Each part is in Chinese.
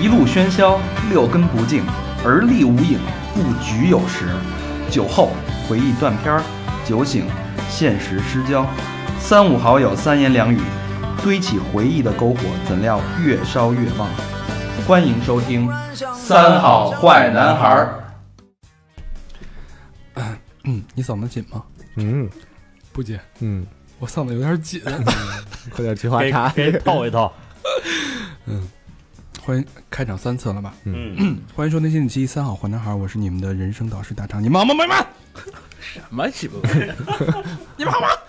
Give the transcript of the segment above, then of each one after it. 一路喧嚣，六根不净，而立无影，不局有时。酒后回忆断片儿，酒醒现实失焦。三五好友三言两语，堆起回忆的篝火，怎料越烧越旺。欢迎收听《三好坏男孩儿》。嗯，你嗓子紧吗？嗯不紧，嗯，我嗓子有点 紧。喝点菊花茶。给套一套。欢迎开场三次了吧？嗯，欢迎收听新一期《三好坏男孩》，我是你们的人生导师大长，你忙吗？忙吗？什么鸡巴？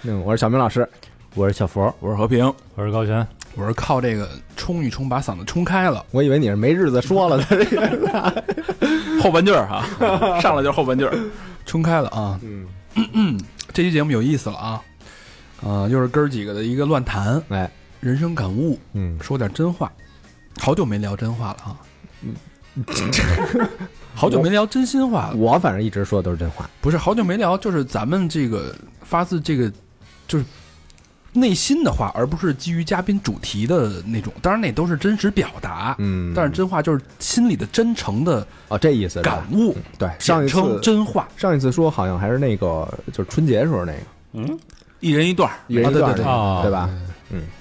嗯，我是小明老师。我是小佛，我是和平，我是高泉。我是靠这个冲一冲把嗓子冲开了，我以为你是没日子说了呢。后半句儿哈， 上来就是后半句儿。冲开了啊！嗯， 这期节目有意思了啊！呃，又是哥儿几个的一个乱谈，哎，人生感悟，嗯，说点真话。好久没聊真话了啊！嗯 好久没聊真心话了，我反正一直说的都是真话。不是好久没聊，就是咱们这个发自这个就是内心的话，而不是基于嘉宾主题的那种。当然，那都是真实表达，嗯，但是真话就是心里的真诚的哦，这意思是吧感悟，对。嗯上简一称次真话。上一次说好像还是那个，就是春节时候那个一人一段儿，一人一段那个啊对吧？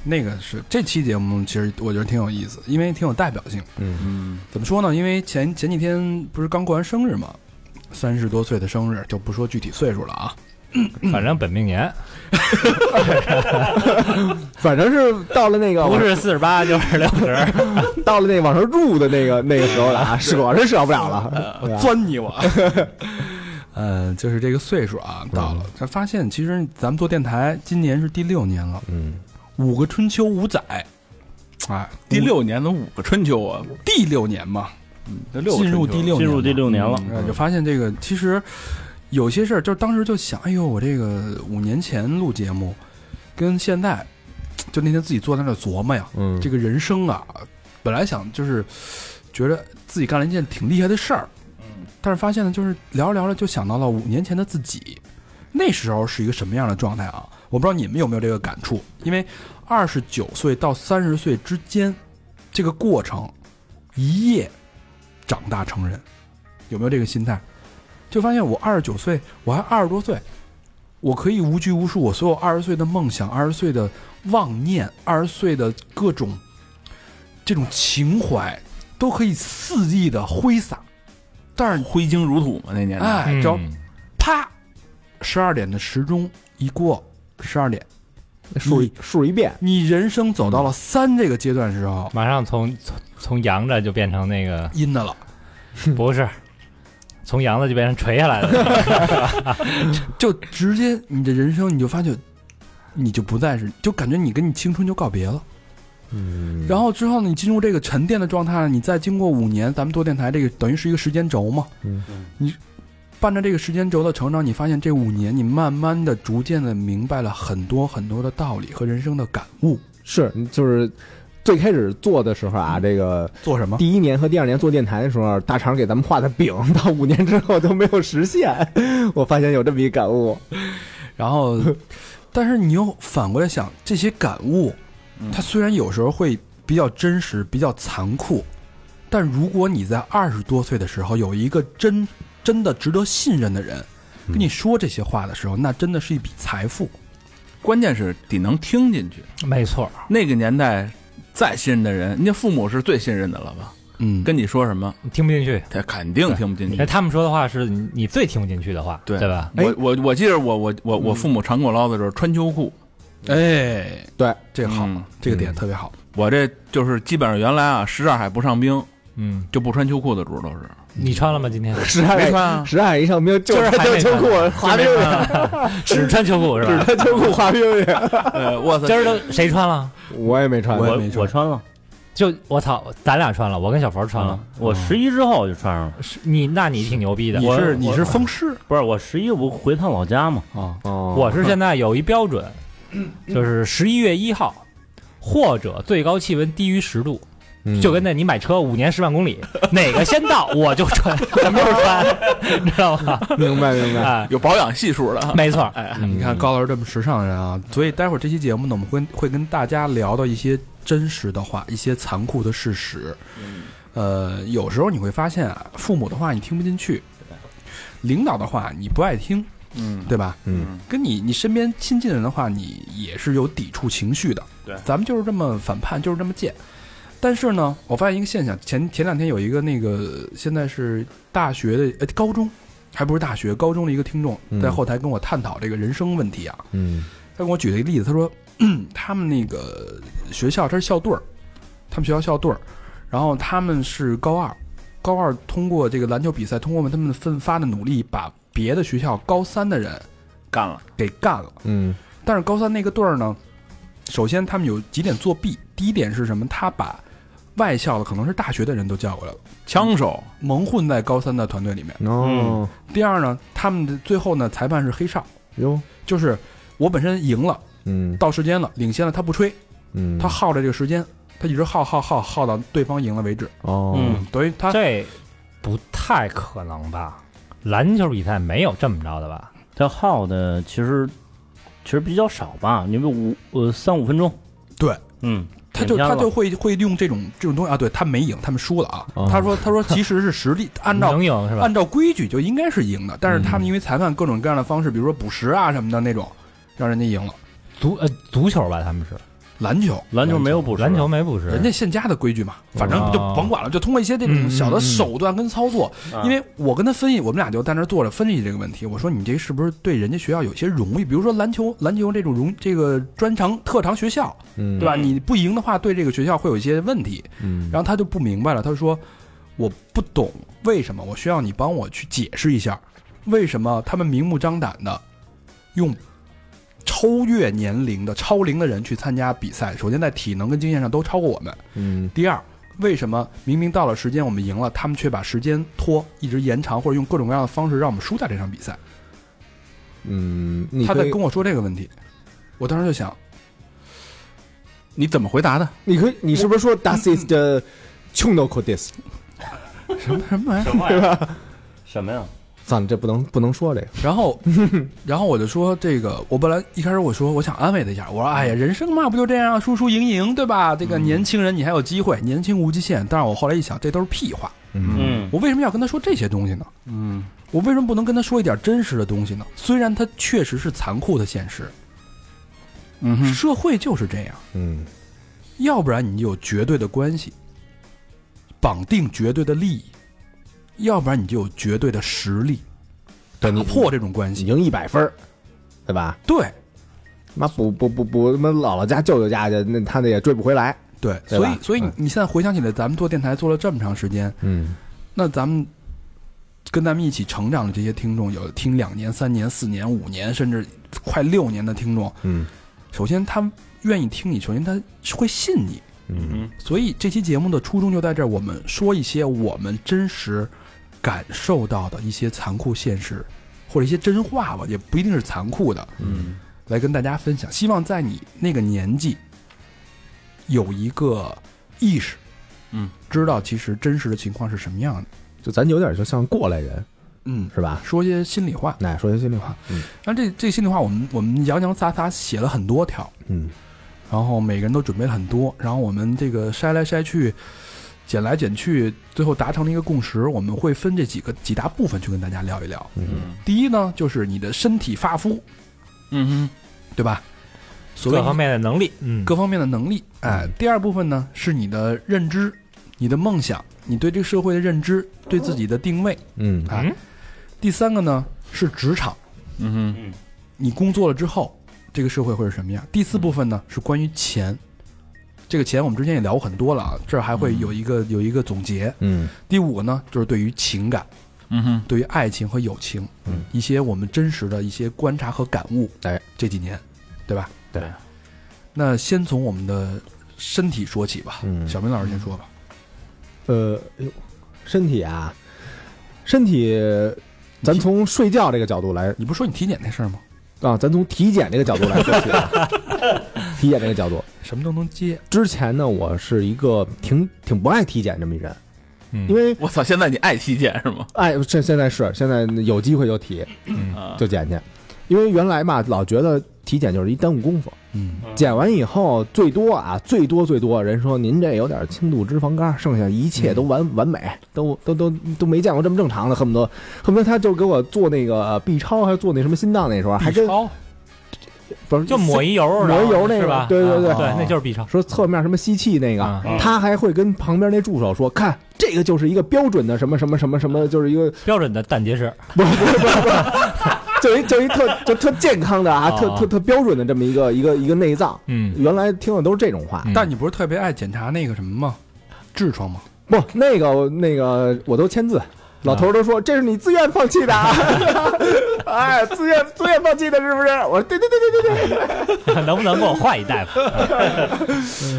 那个是这期节目，其实我觉得挺有意思，因为挺有代表性。嗯怎么说呢？因为前前几天不是刚过完生日嘛，三十多岁的生日，就不说具体岁数了啊。反正本命年反正是到了那个不是四十 八就是六十，到了那往上入的那个那个时候了啊，舍是舍不了了。对吧钻你我。啊 呃，就是这个岁数啊，到嗯了，才发现其实咱们做电台今年是第六年了，嗯，五个春秋五载，哎，第六年的五个春秋啊，第六年嘛，这六个进入春秋第六年进入第六年了嗯就发现这个其实有些事儿，就是当时就想，哎呦，我这个五年前录节目，跟现在，就那天自己坐在那儿琢磨呀，嗯这个人生啊，本来想就是觉得自己干了一件挺厉害的事儿，但是发现呢，就是聊着聊着就想到了五年前的自己，那时候是一个什么样的状态啊？我不知道你们有没有这个感触，因为二十九岁到三十岁之间，这个过程一夜长大成人，有没有这个心态？就发现我二十九岁，我还二十多岁，我可以无拘无束，我所有二十岁的梦想、二十岁的妄念、二十岁的各种这种情怀，都可以肆意的挥洒。但是，挥金如土嘛，那年代。哎，只嗯要啪，十二点的时钟一过，十二点，数一数一遍，你人生走到了三这个阶段的时候，马上从从从扬着就变成 那个阴的了。不是，从扬的就变成垂下来 了。就直接你的人生，你就发觉，你就不再是，就感觉你跟你青春就告别了。嗯然后之后呢，你进入这个沉淀的状态，你再经过五年，咱们做电台这个等于是一个时间轴嘛。嗯，你伴着这个时间轴的成长，你发现这五年，你慢慢的、逐渐的明白了很多很多的道理和人生的感悟。是就是最开始做的时候啊，这个做什么？第一年和第二年做电台的时候，大肠给咱们画的饼，到五年之后都没有实现。 我发现有这么一感悟，然后，但是你又反过来想，这些感悟，嗯它虽然有时候会比较真实、比较残酷，但如果你在二十多岁的时候有一个真真的值得信任的人嗯跟你说这些话的时候，那真的是一笔财富。关键是得能听进去。没错，那个年代，再信任的人，人家父母是最信任的了吧？嗯，跟你说什么，你听不进去。他肯定听不进那去。他们说的话是你你最听不进去的话，对对吧？我我我记得我我我我父母常给我唠的时候穿秋裤，哎，对，这个好，嗯这个点特别好。我这就是基本上原来啊十二海不上冰嗯，就不穿秋裤的主都是，你穿了吗？今天 十二没穿啊十二一上兵就今是儿还就没秋裤滑冰去，啊 只穿秋裤是 吧？他秋裤滑冰去， 呃，我操今，儿都谁穿了？ 我也没穿。我也没我穿了，就我操，咱俩穿了，我跟小佛穿了。嗯我十一之后就穿上了。是你那你挺牛逼的。你我是你是风湿不是我十一不回趟老家嘛？啊，我我是现在有一 标准，就是十一月一号。或者最高气温低于十度，嗯就跟那你买车五年十万 公里，哪个先到我就穿， 什么时候穿， 你知道吗？ 明白 明白，哎，有保养系数的啊。没错儿，哎你看高老师这么时尚的人啊，所以待会儿这期节目呢，我们会会跟大家聊到一些真实的话，一些残酷的事实。呃，有时候你会发现啊，父母的话你听不进去，领导的话你不爱听，嗯，对吧？嗯，跟你你身边亲近的人的话，你也是有抵触情绪的。对咱们就是这么反叛，就是这么贱。但是呢，我发现一个现象，前前两天有一个那个现在是大学的呃高中，还不是大学高中的一个听众嗯在后台跟我探讨这个人生问题啊，嗯他跟我举了一个例子，他说他们那个学校他是校队儿，他们学校校队儿，然后他们是高二，高二通过这个篮球比赛，通过他们奋发的努力，把别的学校高三的人干了，给干了。嗯但是高三那个队儿呢，首先他们有几点作弊，第一点是什么？他把外校的可能是大学的人都叫过来了，枪手，蒙混在高三的团队里面。哦第二呢，他们的最后呢，裁判是黑哨，哟就是我本身赢了，嗯到时间了，领先了，他不吹，嗯他耗着这个时间，他一直耗耗耗耗到对方赢了为止。哦嗯等于他哎这不太可能吧？篮球比赛没有这么着的吧？这耗的其实其实比较少吧，你们五呃三五分钟，对，嗯，他就点他片就了会会用这种这种东西啊，对他没赢，他们输了啊。哦他说他说其实是实力，按照能赢是吧？嗯按照规矩就应该是赢的，但是他们因为裁判各种各样的方式，比如说补时啊什么的那种，让人家赢了。足呃足球吧，他们是篮球，篮球没有补时，篮球没补时，人家现加的规矩嘛，反正哦就甭管了，就通过一些这嗯种小的手段跟操作。因为我跟他分析，我们俩就在那儿坐着分析这个问题。我说你这是不是对人家学校有些荣誉？比如说篮球，篮球这种荣这个专长特长学校，嗯对吧？你不赢的话，对这个学校会有一些问题。嗯然后他就不明白了，他说：“我不懂为什么，我需要你帮我去解释一下，为什么他们明目张胆的用超越年龄的超龄的人去参加比赛？首先在体能跟经验上都超过我们。嗯第二，为什么明明到了时间我们赢了，他们却把时间拖，一直延长，或者用各种各样的方式让我们输在这场比赛？嗯，你他在可以跟我说这个问题，我当时就想，你怎么回答的？你可以你是不是说 das ist the c h u n o k o d i s 什么 什么玩意儿？什么呀？算了，这不能不能说这个，然后， 然后我就说这个，我本来一开始我说我想安慰他一下，我说哎呀，人生嘛不就这样，输输赢赢，对吧？这个年轻人你还有机会，年轻无极限。但是我后来一想，这都是屁话，嗯，我为什么要跟他说这些东西呢？嗯，我为什么不能跟他说一点真实的东西呢？虽然它确实是残酷的现实，嗯哼，社会就是这样，嗯要不然你就有绝对的关系，绑定绝对的利益，要不然你就有绝对的实力，打破这种关你系。赢一百分儿，对吧？对，妈补补补补他妈姥姥家舅舅家去，那他那也追不回来。对，对所吧以所以你嗯你现在回想起来，咱们做电台做了这么长时间，嗯那咱们跟咱们一起成长的这些听众，有听两年、三年、四年、五年，甚至快六年的听众，嗯首先他愿意听你，首先他会信你，嗯所以这期节目的初衷就在这儿，我们说一些我们真实感受到的一些残酷现实，或者一些真话吧，也不一定是残酷的，嗯，来跟大家分享。希望在你那个年纪有一个意识，嗯，知道其实真实的情况是什么样的，就咱有点就像过来人嗯，是吧？说些心里话。那说句心里话，嗯那这这心里话，我们我们洋洋洒洒写了很多条，嗯然后每个人都准备了很多，然后我们这个筛来筛去，剪来剪去，最后达成了一个共识，我们会分这几个几大部分去跟大家聊一聊。嗯第一呢，就是你的身体发肤，嗯哼，对吧？所谓各方面的能力，嗯，各方面的能力，嗯哎，第二部分呢是你的认知、你的梦想、你对这个社会的认知、对自己的定位，嗯哎嗯，第三个呢是职场，嗯哼，你工作了之后，这个社会会是什么样？第四部分呢是关于钱，这个钱我们之前也聊过很多了啊，这儿还嗯会有一个有一个总结。嗯第五个呢就是对于情感，嗯哼，对于爱情和友情，嗯，一些我们真实的一些观察和感悟。哎，这几年，对吧？对。那先从我们的身体说起吧，嗯小明老师先说吧。呃，哎呦，身体啊，身体，咱从睡觉这个角度来你不是说你体检那事儿吗？啊，咱从体检这个角度来说起啊， 体检这个角度，什么都能接，之前呢，我是一个挺挺不爱体检这么一人，嗯因为我操，现在你爱体检是吗？嗯哎，这现在是现在有机会就体啊，就检去，因为原来吧老觉得体检就是一耽误功夫，嗯，检完以后最多啊最多最多人说您这有点轻度脂肪肝，剩下一切都完、嗯完美，都都都都没见过这么正常的，恨不得恨不得他就给我做那个呃 B 超，还做那什么心脏那时候啊还跟超不是就抹一油，抹一油那个然后是吧？对对啊对对，那就是 B 超。说侧面什么吸气那个，啊，他还会跟旁边那助手说：“看，这个就是一个标准的什么什么什么什么，就是一个标准的胆结石，不是不是不是不是，就一就一特就特健康的啊，哦特特特标准的这么一个一个一个内脏。嗯，原来听的都是这种话，嗯但你不是特别爱检查那个什么吗？痔疮吗？不，那个那个我都签字。”老头儿都啊说这是你自愿放弃的、啊， 哎，自愿自愿放弃的是不是？我说对对对对对对， 能不能给我换一大夫？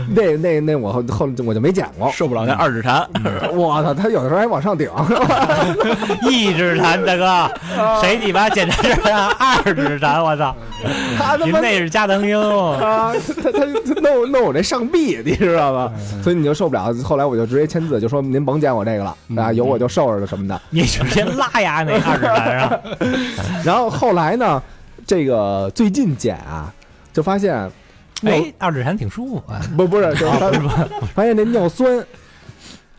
那那那我后后我就没捡过，受不了那二指禅，嗯我操，他有的时候还往上顶， 嗯一指禅 大啊哥，谁你妈简直是啊二指禅，我操！啊他他您妈那是加藤鹰，啊，他他他弄弄我这上臂，你知道吗？嗯所以你就受不了。后来我就直接签字，就说您甭捡我这个了嗯啊，有我就收着了什么的。你直接拉牙那二指禅啊 上，然后后来呢，这个最近捡啊，就发现尿哎，二指禅挺舒服啊。不不是，就是发发现这尿酸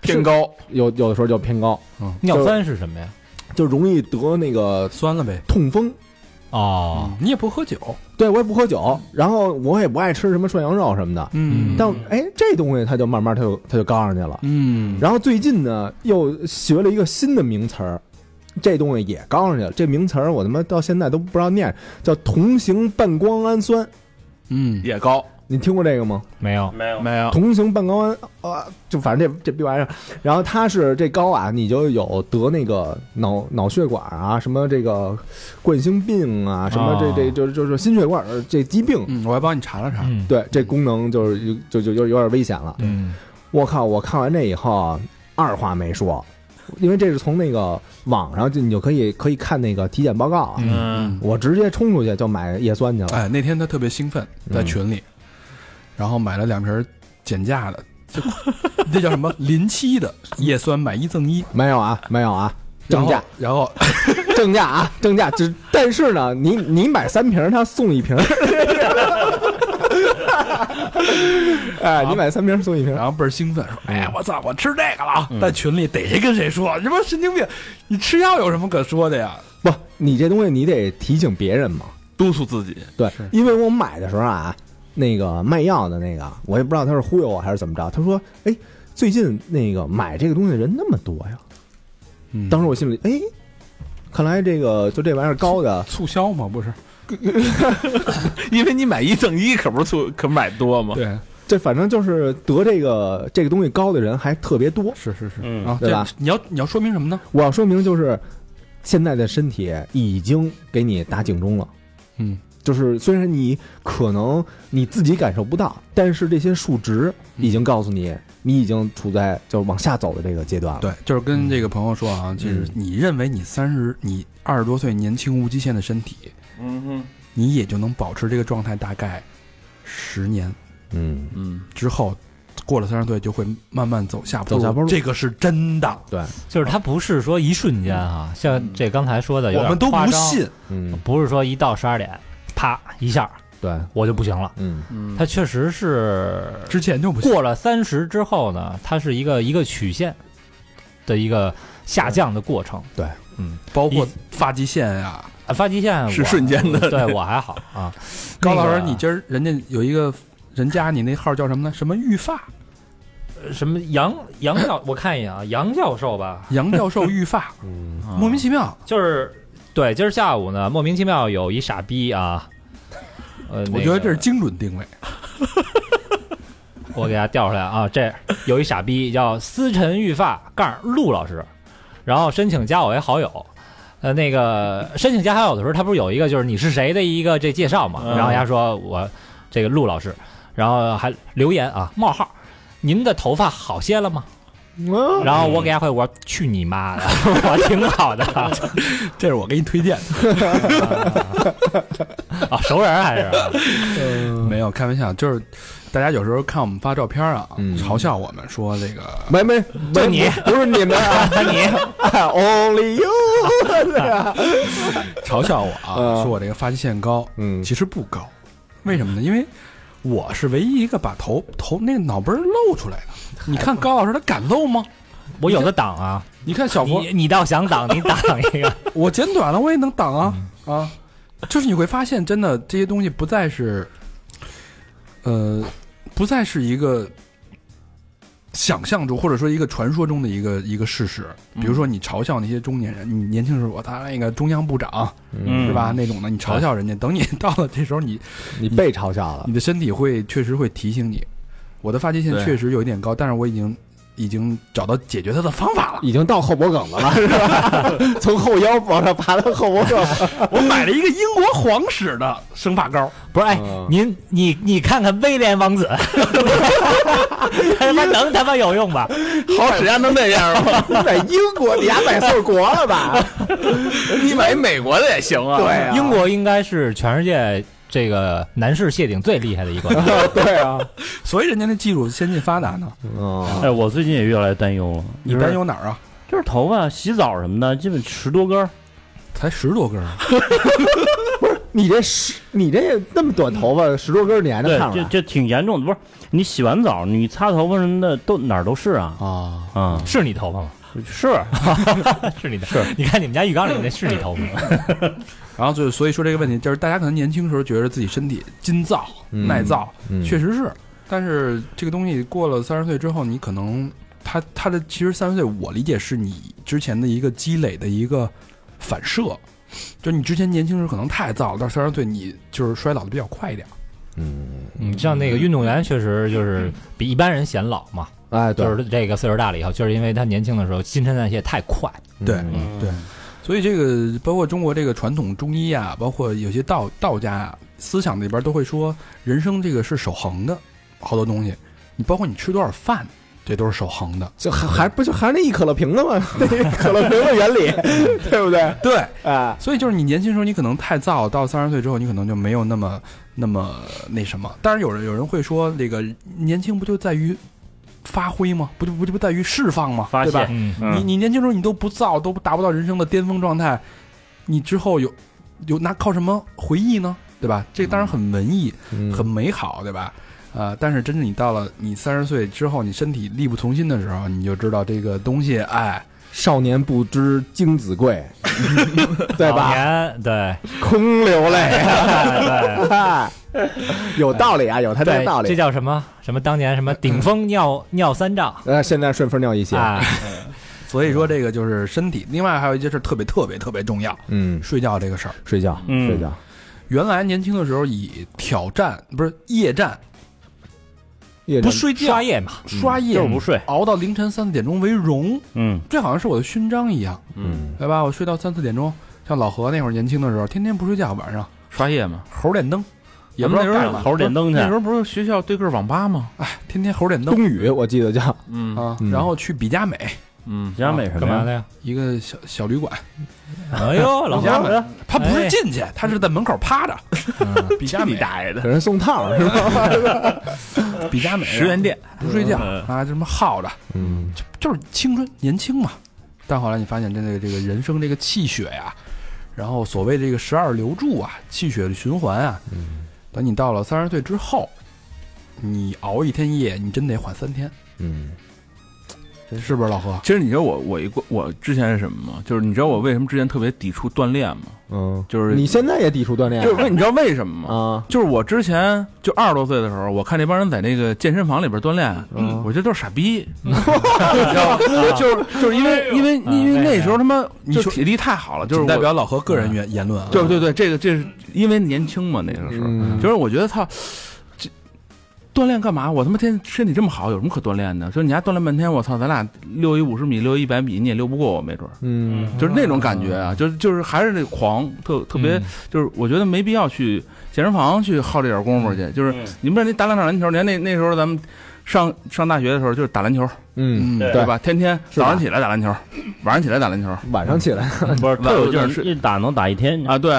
偏高，有有的时候就偏高，尿酸是什么呀？就容易得那个酸了呗。痛风。哦，嗯你也不喝酒，对我也不喝酒，然后我也不爱吃什么涮羊肉什么的。嗯但哎，这东西它就慢慢它就它就高上去了。嗯，然后最近呢，又学了一个新的名词儿，这东西也刚上去了。这名词儿我他妈到现在都不知道念，叫同型半胱氨酸。嗯，也高，你听过这个吗？没有，没有，没有，同型半胱氨啊，就反正这这逼玩意儿。然后它是这高啊，你就有得那个脑脑血管啊，什么这个冠心病啊，什么这这就就是心血管儿这疾病。嗯，我还帮你查了查，嗯对，这功能就是有就就就有点危险了。嗯，我靠！我看完这以后啊，二话没说，因为这是从那个网上就你就可以可以看那个体检报告啊。嗯，我直接冲出去就买叶酸去了。哎，那天他特别兴奋，在群里，然后买了两瓶减价的，就 那叫什么临期的叶酸买一赠一，没有啊，没有啊，正价，然后 然后正价啊，正价。只但是呢，你你买三瓶，他送一瓶。哎，你买三瓶送一瓶然，后倍儿兴奋说：“哎呀，我操，我吃这个了嗯啊！”在群里逮跟谁说，你他妈神经病，你吃药有什么可说的呀？不，你这东西你得提醒别人嘛。督促自己，对，因为我买的时候啊，那个卖药的那个，我也不知道他是忽悠我还是怎么着。他说：“哎，最近那个买这个东西的人那么多呀。”嗯当时我心里，哎，看来这个就这玩意儿高的，促销嘛，不是？因为你买一赠一，可不是促，可不是买多吗？对，这反正就是得这个这个东西高的人还特别多。是是是。嗯啊，对吧这你要你要说明什么呢？我要说明就是，现在的身体已经给你打警钟了。嗯，就是虽然你可能你自己感受不到，但是这些数值已经告诉你，你已经处在就往下走的这个阶段了。啊对，就是嗯跟这个朋友说啊，就是你认为你三十，你二十多岁年轻无极限的身体，嗯哼，你也就能保持这个状态大概十年嗯，嗯，之后，过了三十岁就会慢慢走下坡走下坡路这个是真的，就是它不是说一瞬间啊，像这刚才说的，嗯有我点们都夸不张，信。嗯，不是说一到十二点，啪一下对，我就不行了。嗯它确实是之前就不信。过了三十之后呢，它是一个一个曲线的一个下降的过程。包括发际线啊。啊发际线是我瞬间的 对我还好啊。高老师那，个你今儿人家有一个人加你那号叫什么呢？什么育发？什么杨杨教，我看一眼啊，杨教授吧，杨教授育发，嗯，莫名其妙。就是对，今儿下午呢，莫名其妙有一傻逼啊，呃，我那觉得这个是精准定位。我给大家调出来啊，这有一傻逼叫思辰育发杠陆老师，然后申请加我为好友。呃，那个申请加好友的时候，他不是有一个就是你是谁的一个这介绍嗯嘛？然后他说我这个陆老师，然后还留言啊冒号，您的头发好些了吗？然后我给他回我说去你妈的， 我挺好的 啊，这是我给你推荐的，哦啊熟人还是啊没有有开玩笑，就是大家有时候看我们发照片啊，嗯嘲笑我们说这个 没没，没你不是你们啊，你 only you，对啊嘲笑我啊，嗯说我这个发际线高，嗯其实不高，为什么呢？因为我是唯一一个把头头那个脑门儿露出来的。你看高老师他敢露吗？我有的挡啊，你看小佛，你你倒想挡，你挡一 个。我剪短了我也能挡啊啊！就是你会发现，真的这些东西不再是，呃，不再是一个想象中或者说一个传说中的一个一个事实。比如说，你嘲笑那些中年人，你年轻时候我当那个中央部长是吧？那种的，你嘲笑人家，等你 到了这时候，你你被嘲笑了你，的身体会确实会提醒你，我的发际线对确实有一点高，但是我已经已经找到解决它的方法了。已经到后脖梗子了，是吧？从后腰往上爬到后脖梗子，我买了一个英国皇室的生发膏，不是，哎，您你你看看威廉王子， 他他妈能他妈有用吧？好使还能那样吗？你买英国，你还买错国了吧？你买一美国的也行啊。对啊，英国应该是全世界这个男士谢顶最厉害的一 个。 对啊，所以人家那技术先进发达呢。嗯，哎，我最近也越来越担忧了。你就是担忧哪儿啊？就是头发、洗澡什么的，基本十多根儿。才十多根儿啊，你这十，你这那么短头发，十多根儿你还能对看，出这来这挺严重的。不是你洗完澡，你擦头发什么的，都哪儿都是啊啊？啊！是你头发吗？是， 是你的，是。你看你们家浴缸里那是你头发吗？然后就所以说这个问题，就是大家可能年轻时候觉得自己身体筋造、嗯耐造，嗯确实是。但是这个东西过了三十岁之后，你可能它它的其实三十岁，我理解是你之前的一个积累的一个反射，就你之前年轻时候可能太造了，到三十岁你就是衰老的比较快一点。你像那个运动员，确实就是比一般人显老嘛，哎，对就，是这个岁数大了以后，就是因为他年轻的时候新陈代谢太快。对嗯对，所以这个包括中国这个传统中医啊，包括有些道道家啊，思想里边都会说，人生这个是守恒的，好多东西，你包括你吃多少饭，这都是守恒的。就还还不就还是那一可乐瓶子吗？ 那一可乐瓶的原理， 对不对？对，哎，所以就是你年轻时候你可能太燥，到三十岁之后你可能就没有那么那么那什么。当然有人有人会说，这个年轻不就在于发挥吗？不就不就不在于释放吗？发对吧现？嗯，你你年轻时候你都不造，都达不到人生的巅峰状态，你之后有有那靠什么回忆呢？对吧？嗯这当然很文艺，很美好，对吧？呃，但是真正你到了你三十岁之后，你身体力不从心的时候，你就知道这个东西，哎，少年不知金子贵，对老吧？年对空流泪，哎对有道理啊，有他这个道对，这理。叫什么什么？当年什么顶峰尿尿三丈呃，现在顺风尿一些，啊？所以说嗯这个就是身体。另外还有一件事特别特别特别重要，嗯，睡觉这个事儿。睡觉，嗯睡觉，原来年轻的时候以挑战不是夜战嗯夜不战睡觉刷夜嘛，刷夜、就是不睡。熬到凌晨三四点钟为荣，嗯，这好像是我的勋章一样。嗯，对吧？我睡到三四点钟，像老何那会儿年轻的时候，天天不睡觉，晚上刷夜嘛，猴点灯，也咱不们知那道时干候嘛，猴点灯去那时候不是学校对个网吧吗？天天猴点灯冬雨，我记得叫嗯啊，嗯然后去比佳美嗯，家美什么干嘛呀？的呀？一个小小旅馆，哎呦，老比佳美婆，，他不哎是进去，他是在门口趴着。比佳你美，大爷的！给人送套是吧？比佳美，十元店，嗯不睡觉啊，就什么耗着，嗯，就就是青春年轻嘛。但后来你发现，真的这个人生这个气血呀、然后所谓这个十二流注啊，气血的循环啊，嗯等你到了三十岁之后，你熬一天夜，你真得缓三天。嗯，是不是老何？其实你知道我我一过我之前是什么吗？就是你知道我为什么之前特别抵触锻炼吗？嗯，就是你现在也抵触锻炼啊，就是为你知道为什么吗？啊，就是我之前就二十多岁的时候，我看那帮人在那个健身房里边锻炼，嗯我觉得都是傻逼，你知道吗？ 就是就是因为因为因为那时候他妈你就说体力太好了，就是仅代我表老何个人言言论啊。对对对，这个这是因为年轻嘛，那个时候，嗯就是我觉得操，这锻炼干嘛？我他妈天身体这么好，有什么可锻炼的？就是你还锻炼半天，我操，咱俩溜一五十米，溜一百米，你也溜不过我，没准儿。嗯，嗯就是那种感觉啊，就是就是还是那狂，特特别，就是我觉得没必要去健身房去耗这点功夫去。就是嗯你们那打两场篮球，连那那时候咱们上上大学的时候就是打篮球，嗯，嗯，对对吧？天天是吧早上起来打篮球，晚上起来打篮球晚上起来，不是晚特有劲儿，是嗯一打能打一天。啊，对，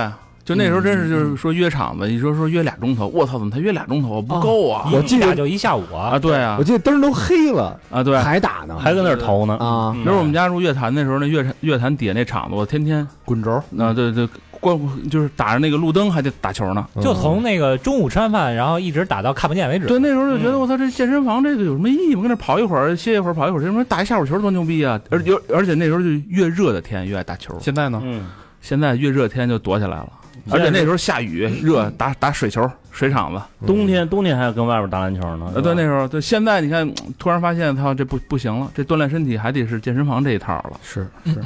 就那时候真是就是说约场子，你说说约俩钟头，我操，怎么才约俩钟头不够啊？我一记得打就一下午哦啊啊，，对啊我，记得灯都黑了，啊对。还打呢，还跟那儿投呢。啊，比如我们家住乐坛的时候，那乐坛乐坛底下那场子，我天天滚轴，啊，对对，关就是打着那个路灯还得打球呢。嗯嗯就从那个中午吃完饭，然后一直打到看不见为止。对，嗯那时候就觉得我操，这健身房这个有什么意义吗？跟那跑一会儿，歇一会儿，跑一会儿，这什么打一下午球多牛逼啊！而而而且那时候就越热的天越爱打球，现在呢？嗯，现在越热天就躲起来了。而且那时候下雨热，打打水球、水场子。嗯冬天冬天还要跟外边打篮球呢。呃，对，那时候对，现在你看，突然发现他这不不行了，这锻炼身体还得是健身房这一套了。是是，这嗯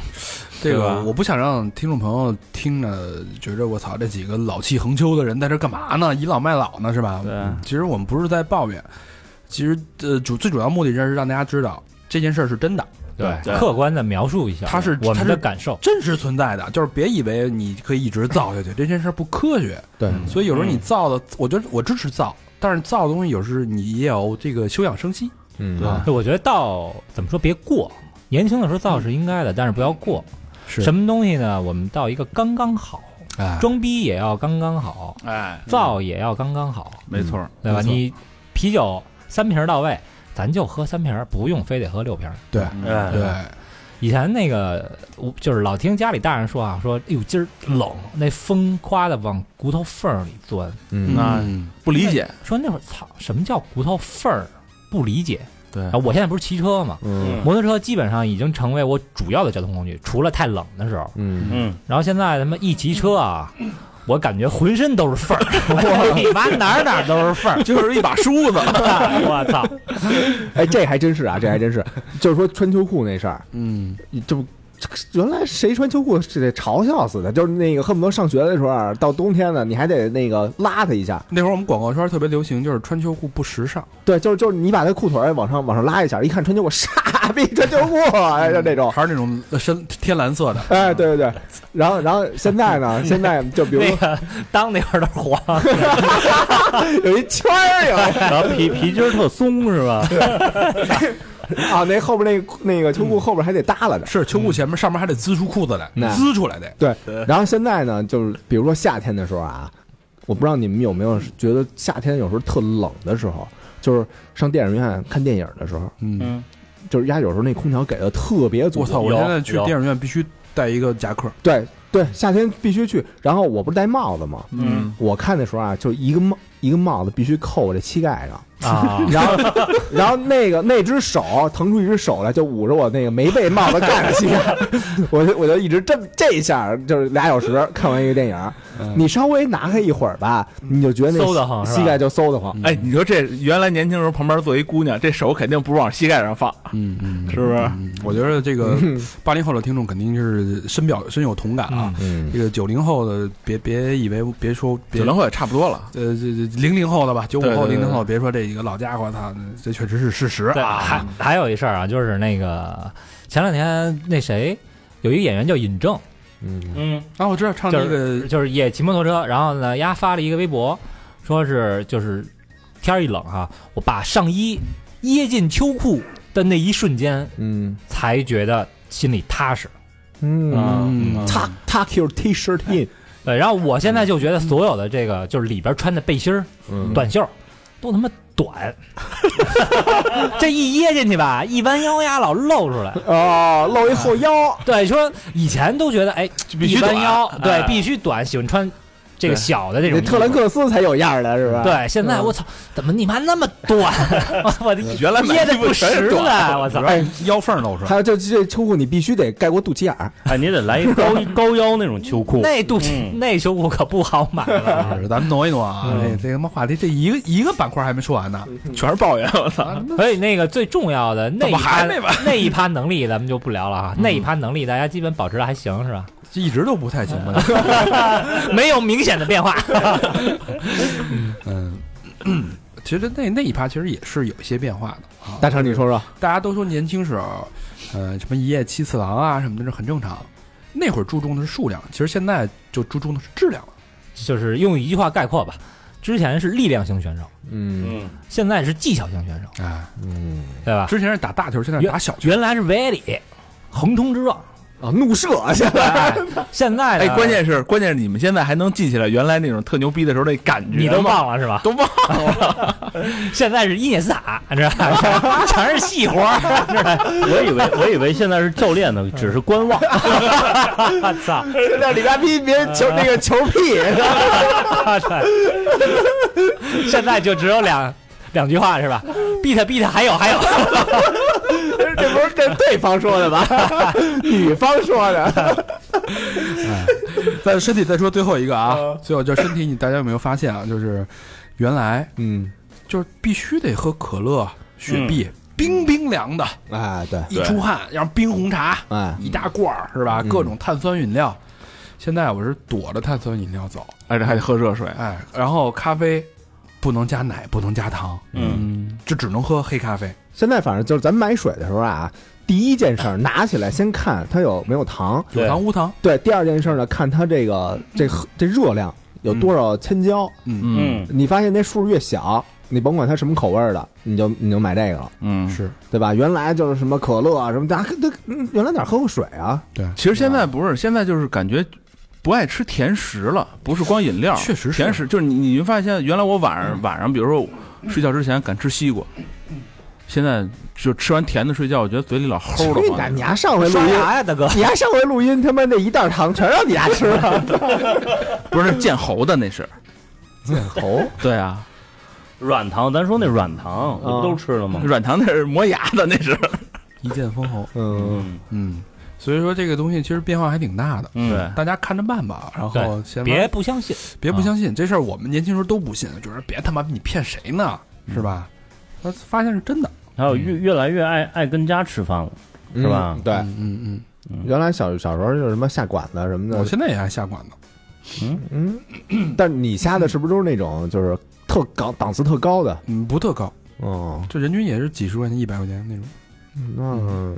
对吧个我不想让听众朋友听着觉着我操，这几个老气横秋的人在这干嘛呢？倚老卖老呢是吧？对嗯其实我们不是在抱怨，其实呃主最主要目的是让大家知道这件事儿是真的，对客观的描述一下，它是我它们是的感受。真实存在的，就是别以为你可以一直造下去，这件事儿不科学。对，所以有时候你造的，我觉得我支持造，但是造的东西有时你也有这个休养生息。嗯对对，我觉得到怎么说，别过。年轻的时候造是应该的，但是不要过。是什么东西呢？我们到一个刚刚好，哎，装逼也要刚刚好，哎，造也要刚刚好，没错儿，对吧？没错儿你啤酒三瓶儿到位，咱就喝三瓶儿，不用非得喝六瓶儿。哎对，以前那个我就是老听家里大人说啊，说哎呦今儿冷，那风夸的往骨头缝儿里钻。嗯那嗯不理解，说那会儿操，什么叫骨头缝儿？不理解。对啊，我现在不是骑车嘛，嗯摩托车基本上已经成为我主要的交通工具，除了太冷的时候。嗯，嗯，然后现在他妈一骑车啊，我感觉浑身都是缝儿， 我你妈哪儿哪儿都是缝儿，就是一把梳子。 我操！哎，这还真是啊，这还真是，就是说穿秋裤那事儿，嗯，这不。原来谁穿秋裤是得嘲笑死的，就是那个恨不得上学的时候啊，到冬天了你还得那个拉他一下，那会儿我们广告圈特别流行，就是穿秋裤不时尚。对，就是就是你把他裤腿儿往上往上拉一下，一看穿秋裤，傻逼穿秋裤，哎，就这种，还是那种呃深天蓝色的，哎，对对对，然后然后现在呢，现在就比如那个裆那块儿都是黄，有一圈儿有， 然后皮皮筋儿特松是吧？ 啊，那后边那个那个秋裤后边还得耷拉着。是秋裤前面上面还得滋出裤子来，那滋出来的。对， 然后现在呢，就是比如说夏天的时候啊，我不知道你们有没有觉得夏天有时候特冷的时候，就是上电影院看电影的时候，嗯，就是家有时候那空调给的特别足。我操！我现在去电影院必须带一个夹克，对对，夏天必须去。然后我不是戴帽子吗？嗯，我看的时候啊，就一个帽一个帽子必须扣我这膝盖上。 啊，然后，然后那个那只手腾出一只手来，就捂着我那个没被帽子盖的膝盖， 我就我就一直这么这一下，就是俩小时看完一个电影，你稍微拿开一会儿吧，你就觉得馊嗯得那慌是膝吧膝盖就馊得慌。哎，你说这原来年轻时候旁边坐一姑娘，这手肯定不是往膝盖上放，嗯嗯，是不是？我觉得这个八零后的听众肯定是深表深有同感啊。嗯这个九零后的，别别以为别说别九零后也差不多了。呃，这这零零后的吧，九五对后、对零对零后，别说这几个老家伙，他这确实是事实对，啊。还还有一事儿啊，就是那个前两天那谁有一个演员叫尹正，嗯嗯，啊，我知道唱就那是、个就是也骑摩托车，然后呢，丫发了一个微博，说是就是天儿一冷哈、啊我把上衣掖进秋裤的那一瞬间，嗯才觉得心里踏实。嗯嗯，tuck tuck your t-shirt in，对，然后我现在就觉得所有的这个就是里边穿的背心儿、嗯短袖儿都他妈短， 这一掖进去吧，一弯腰呀老露出来。哦，露一后腰，对，说以前都觉得哎，必须一弯短腰，哎对，必须短，喜欢穿这个对小的这种那衣服。特兰克斯才有样儿的是吧？，对，现嗯在我操，怎么你妈那么短？ 我我的原来买掖的衣服不全是实短了，我操！哎，腰缝露出来，还有就这秋裤你必须得盖过肚脐眼儿，哎，你得来一高高腰那种秋裤。那肚嗯那秋裤可不好买了。是咱们挪一挪啊，这这他妈话题，这一个一个板块还没说完呢，全是抱怨，我操！所以那个最重要的那一嗯怎么趴还没那一趴能力咱们就不聊了 啊，那一趴能力大家基本保持的还行是吧？这一直都不太行吧？嗯没有明显的变化。嗯， 其实那那一趴其实也是有一些变化的啊。大成你说说，大家都说年轻时候，呃，什么一夜七次郎啊什么的，这很正常。那会儿注重的是数量，其实现在就注重的是质量了。就是用一句话概括吧，之前是力量型选手，嗯嗯，现在是技巧型选手，哎，啊嗯对吧？之前是打大球，现在是打小球。原来是维埃里，横冲直撞，啊，怒射现在哎现在呢哎，关键是关键是你们现在还能记起来原来那种特牛逼的时候那感觉吗你都忘了是吧？都忘了， 现在是伊涅斯塔，你知道吧？ 全是细活儿，我以为我以为现在是教练呢，只是观望。我操！ 现在李佳斌别人球那个球屁，对现在就只有两两句话是吧？beat beat 还有还 有，这不是这对方说 的吧？女方说的，在身体哎再说最后一个啊，嗯最后就是身体，你大家有没有发现啊？就是原来 嗯，就是必须得喝可乐、雪碧，冰冰凉的，哎，对，一出汗，然后冰红茶哎，一大罐儿是吧？嗯各种碳酸饮料。现在我是躲着碳酸饮料走，而且还得喝热水。哎，然后咖啡不能加奶，不能加糖，嗯，就只能喝黑咖啡。现在反正就是咱买水的时候啊，第一件事儿拿起来先看它有没有糖，有糖无糖，对，第二件事儿呢，看它这个这这热量有多少千焦，嗯，嗯嗯，你发现那数越小，你甭管它什么口味儿的，你就你就买这个了，嗯，是对吧？原来就是什么可乐啊什么的，啊都嗯原来哪儿喝过水啊？其实现在不是，现在就是感觉不爱吃甜食了，不是光饮料，确实是甜食就是你你会发现，现在原来我晚上、晚上，比如说睡觉之前敢吃西瓜，现在就吃完甜的睡觉，我觉得嘴里老齁去的你慌。你丫上回录刷音，牙呀，大哥！你丫上回录音，他妈那一袋糖全让你丫吃了，不是见猴的那是，头对啊，软糖，咱说那软糖啊不都吃了吗？软糖那是磨牙的那是。一剑封喉，嗯，嗯，嗯，所以说这个东西其实变化还挺大的。嗯对，大家看着办吧，然后先玩别不相信，别不相信这事儿，我们年轻时候都不信，就是别他妈你骗谁呢，是吧？他发现是真的，还有越越来越爱爱跟家吃饭了，是吧嗯对，嗯嗯原来小小时候就是什么下馆子什嗯，么我的，现在也爱下馆子，嗯，但你下的是不是都是那种就是特高档次特高的？嗯，不特高，嗯哦，就人均也是几十块钱、一百块钱那种，那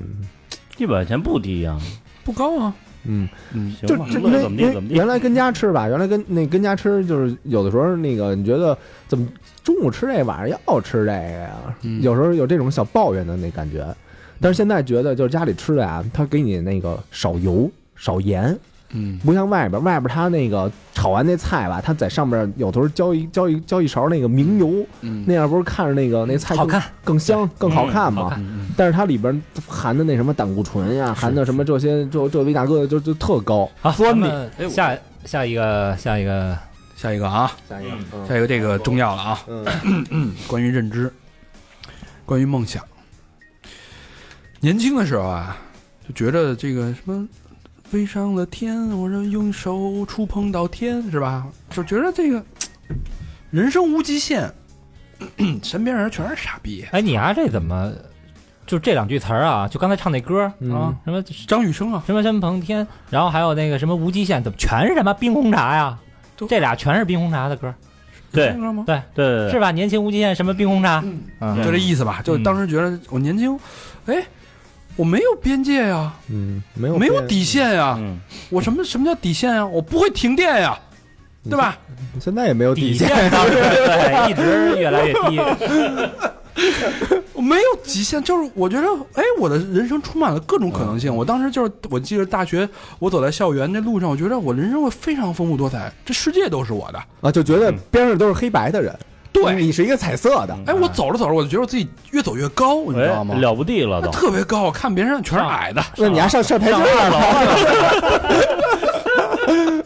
一百块钱不低呀。不高啊，嗯，嗯，行就吧，这乐因意为怎么因地为怎么地。原来跟家吃吧，原来跟那跟家吃就是有的时候那个你觉得怎么中午吃这，晚上要吃这个呀？嗯有时候有这种小抱怨的那感觉，但是现在觉得就是家里吃的呀，它给你那个少油少盐，嗯不像外边，外边它那个炒完那菜吧，它在上面有时候浇一浇一浇一勺那个明油，嗯那样不是看着那个那菜好更看，更香更好看好吗？看嗯但是它里边含的那什么胆固醇呀、含的什么这些这这微大个的就就特高。好，酸的咱们哎下下一个下一个下一个啊，下一个，下一个这个重要了啊，嗯，关于认知，关于梦想。年轻的时候啊，就觉得这个什么飞上了天，我让用手触碰到天，是吧？就觉得这个人生无极限， 身边人全是傻逼。哎，你啊，这怎么就这两句词儿啊？就刚才唱那歌儿嗯啊，什么张雨生啊，什么什么彭天，然后还有那个什么无极限，怎么全是他妈冰红茶呀都？这俩全是冰红茶的歌儿，对听说吗？对对是对，吧？年轻无极限，什么冰红茶？嗯就这意思吧。就当时觉得我年轻，哎，我没有边界啊呀、嗯，没有没有变底。线呀、嗯，我什么什么叫底线呀、我不会停电呀、嗯对吧？现在也没有底底线。线当时对，一直越来越低。我没有极限，就是我觉得，哎，我的人生充满了各种可能性。我当时就是，我记得大学，我走在校园这路上，我觉得我人生会非常丰富多彩，这世界都是我的。啊，就觉得边上都是黑白的人，对你是一个彩色的，哎，我走着走着，我就觉得我自己越走越高，你知道吗哎，？了不地了哎都。特别高，我看别人全是矮的，那你还上上台阶儿了？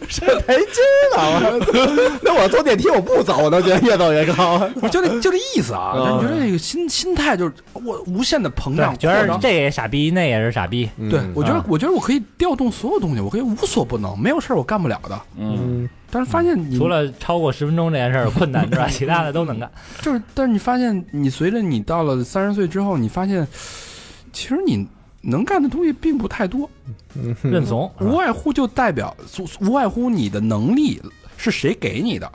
上 台阶儿了，我那我坐电梯我不走，我都觉得越走越高。我 就这就这意思啊。嗯但是觉得这个心心态就是我无限的膨胀对，，觉得扩张这也傻逼，那也是傻逼。对嗯我觉得啊，我觉得我可以调动所有东西，我可以无所不能，没有事儿我干不了的。嗯，但是发现你嗯除了超过十分钟这件事儿困难之外，其他的都能干。就是，但是你发现，你随着你到了三十岁之后，你发现，其实你能干的东西并不太多，嗯认怂，无外乎就代表无无外乎你的能力是谁给你的，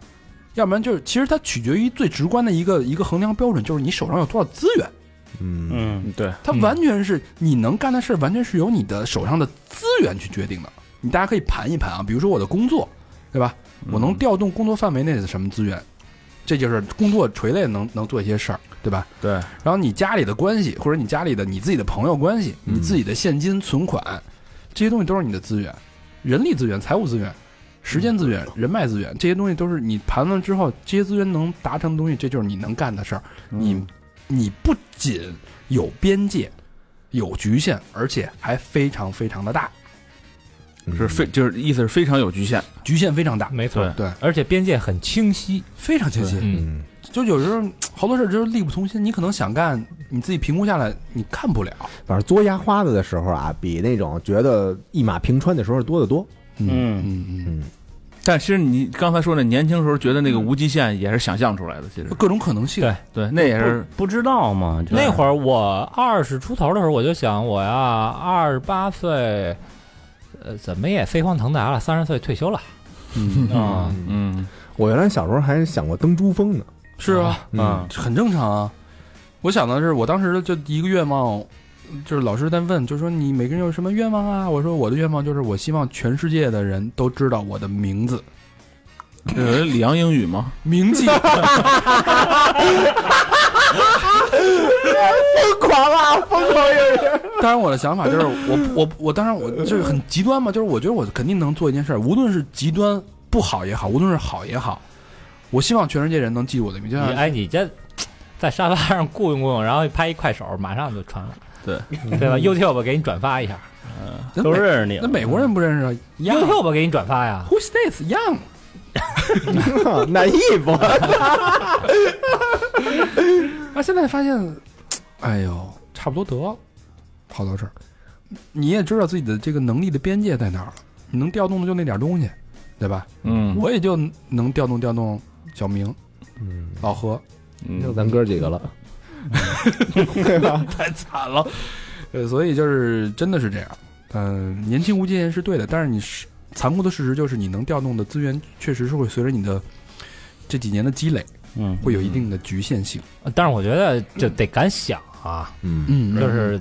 要不然就是其实它取决于最直观的一个一个衡量标准，就是你手上有多少资源，嗯嗯，对，它完全是你能干的事儿，完全是由你的手上的资源去决定的。你大家可以盘一盘啊，比如说我的工作，对吧？我能调动工作范围内的什么资源，这就是工作垂类能能做一些事儿，对吧？对，然后你家里的关系，或者你家里的你自己的朋友关系，你自己的现金存款，这些东西都是你的资源，人力资源、财务资源、时间资源、人脉资源，这些东西都是你盘完之后，这些资源能达成的东西，这就是你能干的事儿。你你不仅有边界，有局限，而且还非常非常的大，是非就是意思是非常有局限，局限非常大，没错，对，而且边界很清晰。非常清晰。嗯，嗯，就有时候好多事儿就是力不从心，你可能想干，你自己评估下来你干不了。反正作压花子的时候啊，比那种觉得一马平川的时候多得多。嗯嗯嗯，但其实你刚才说那年轻时候觉得那个无极限也是想象出来的，其实嗯，各种可能性。对对，那也是不知道嘛？就那会儿我二十出头的时候，我就想我呀，二十八岁，呃，怎么也飞黄腾达了，三十岁退休了啊、嗯，我原来小时候还想过登珠峰呢。是啊，嗯，很正常啊。我想的是，我当时就一个愿望，就是老师在问，就说你每个人有什么愿望啊？我说我的愿望就是我希望全世界的人都知道我的名字，呃，里昂英语嘛，铭记。 疯狂啊，疯狂也是。当然，我的想法就是我我我当然我就是很极端嘛，就是我觉得我肯定能做一件事儿，无论是极端不好也好，无论是好也好，我希望全世界人能记住我的名字。就你像哎，你这在沙发上雇佣雇佣，然后拍一快手，马上就传了，对对吧？YouTube 给你转发一下哎那都美认识你那了，美国人不认识啊，Young ，YouTube 给你转发呀。 Who's this Young？ 难易不？啊，现在发现，哎呦，差不多得了，好多事儿，你也知道自己的这个能力的边界在哪儿了，你能调动的就那点儿东西，对吧？嗯，我也就能调动调动小明、嗯，老何，就嗯咱哥几个了，对吧？太惨了。呃，所以就是真的是这样，嗯、年轻无界是对的，但是你是残酷的事实就是你能调动的资源确实是会随着你的这几年的积累，嗯，会有一定的局限性。但是我觉得就得敢想啊，嗯，嗯就是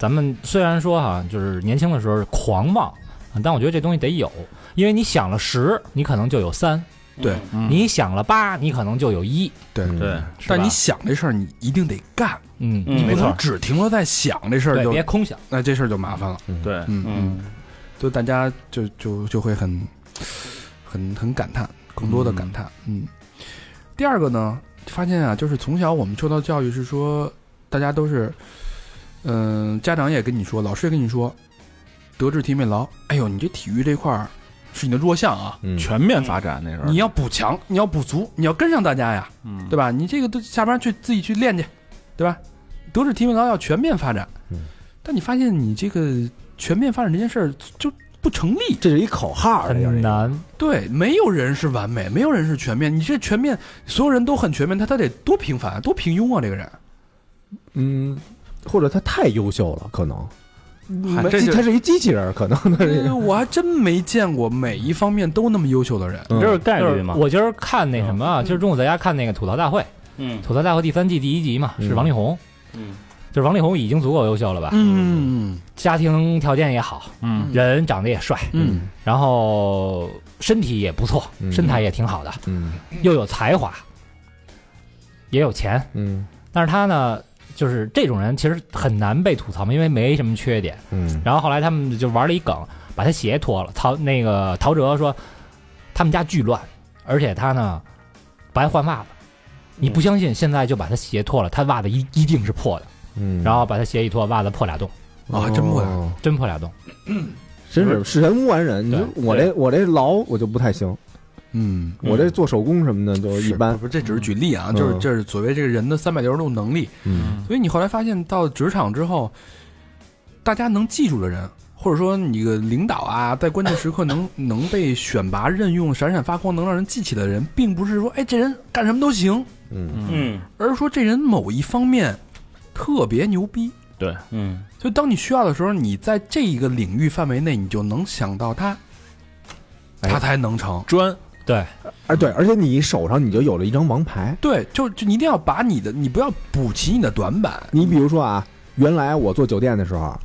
咱们虽然说哈、就是年轻的时候狂妄，但我觉得这东西得有，因为你想了十，你可能就有三；对，你想了八，你可能就有一。对对，是吧但你想这事儿，你一定得干，嗯，嗯你不没能只停留在想这事儿对，就别空想。那这事儿就麻烦了。对，嗯嗯，就大家就就就会很很很感叹，更多的感叹。嗯，第二个呢，发现啊，就是从小我们受到教育是说，大家都是，嗯、家长也跟你说，老师也跟你说，德智体美劳，哎呦，你这体育这块儿是你的弱项啊，嗯全面发展那时候，你要补强，你要补足，你要跟上大家呀。嗯对吧？你这个都下班去自己去练去，对吧？德智体美劳要全面发展，嗯但你发现你这个全面发展这件事儿就不成立。这是一口号，啊这是很一个难，对，没有人是完美，没有人是全面。你这全面，所有人都很全面，他他得多平凡，多平庸啊！这个人，嗯，或者他太优秀了，可能嗨没这就他是一机器人，可能他是一呃个。我还真没见过每一方面都那么优秀的人。这是嗯概就率是嘛？我今儿看那什么啊，今儿中午在家看那个《吐槽大会》，嗯《吐槽大会》第三季第一集嘛，是嗯王力宏。嗯，就是王力宏已经足够优秀了吧？嗯家庭条件也好，嗯人长得也帅，嗯然后身体也不错，嗯身材也挺好的，嗯又有才华，也有钱， 嗯但是他呢，就是这种人其实很难被吐槽嘛，因为没什么缺点。嗯然后后来他们就玩了一梗，把他鞋脱了。陶那个陶喆说，他们家巨乱，而且他呢不爱换袜子。你不相信，现在就把他鞋脱了，他袜子一一定是破的。嗯，然后把他鞋一脱，袜子破俩洞，啊，真不哦真破俩洞。真是是人污完人。你对说我这我这劳我就不太行，嗯，我这做手工什么的嗯就一般不。不，这只是举例啊，就是嗯这是所谓这个人的三百六十度能力，嗯所以你后来发现到职场之后，大家能记住的人，或者说你的领导啊，在关键时刻 能能被选拔任用、闪闪发光、能让人记起的人，并不是说哎这人干什么都行，嗯嗯而是说这人某一方面特别牛逼。嗯就当你需要的时候，你在这一个领域范围内，你就能想到他，他才能成。专，哎对，而且你手上你就有了一张王牌。对，就就你一定要把你的，你不要补齐你的短板。你比如说啊，原来我做酒店的时候，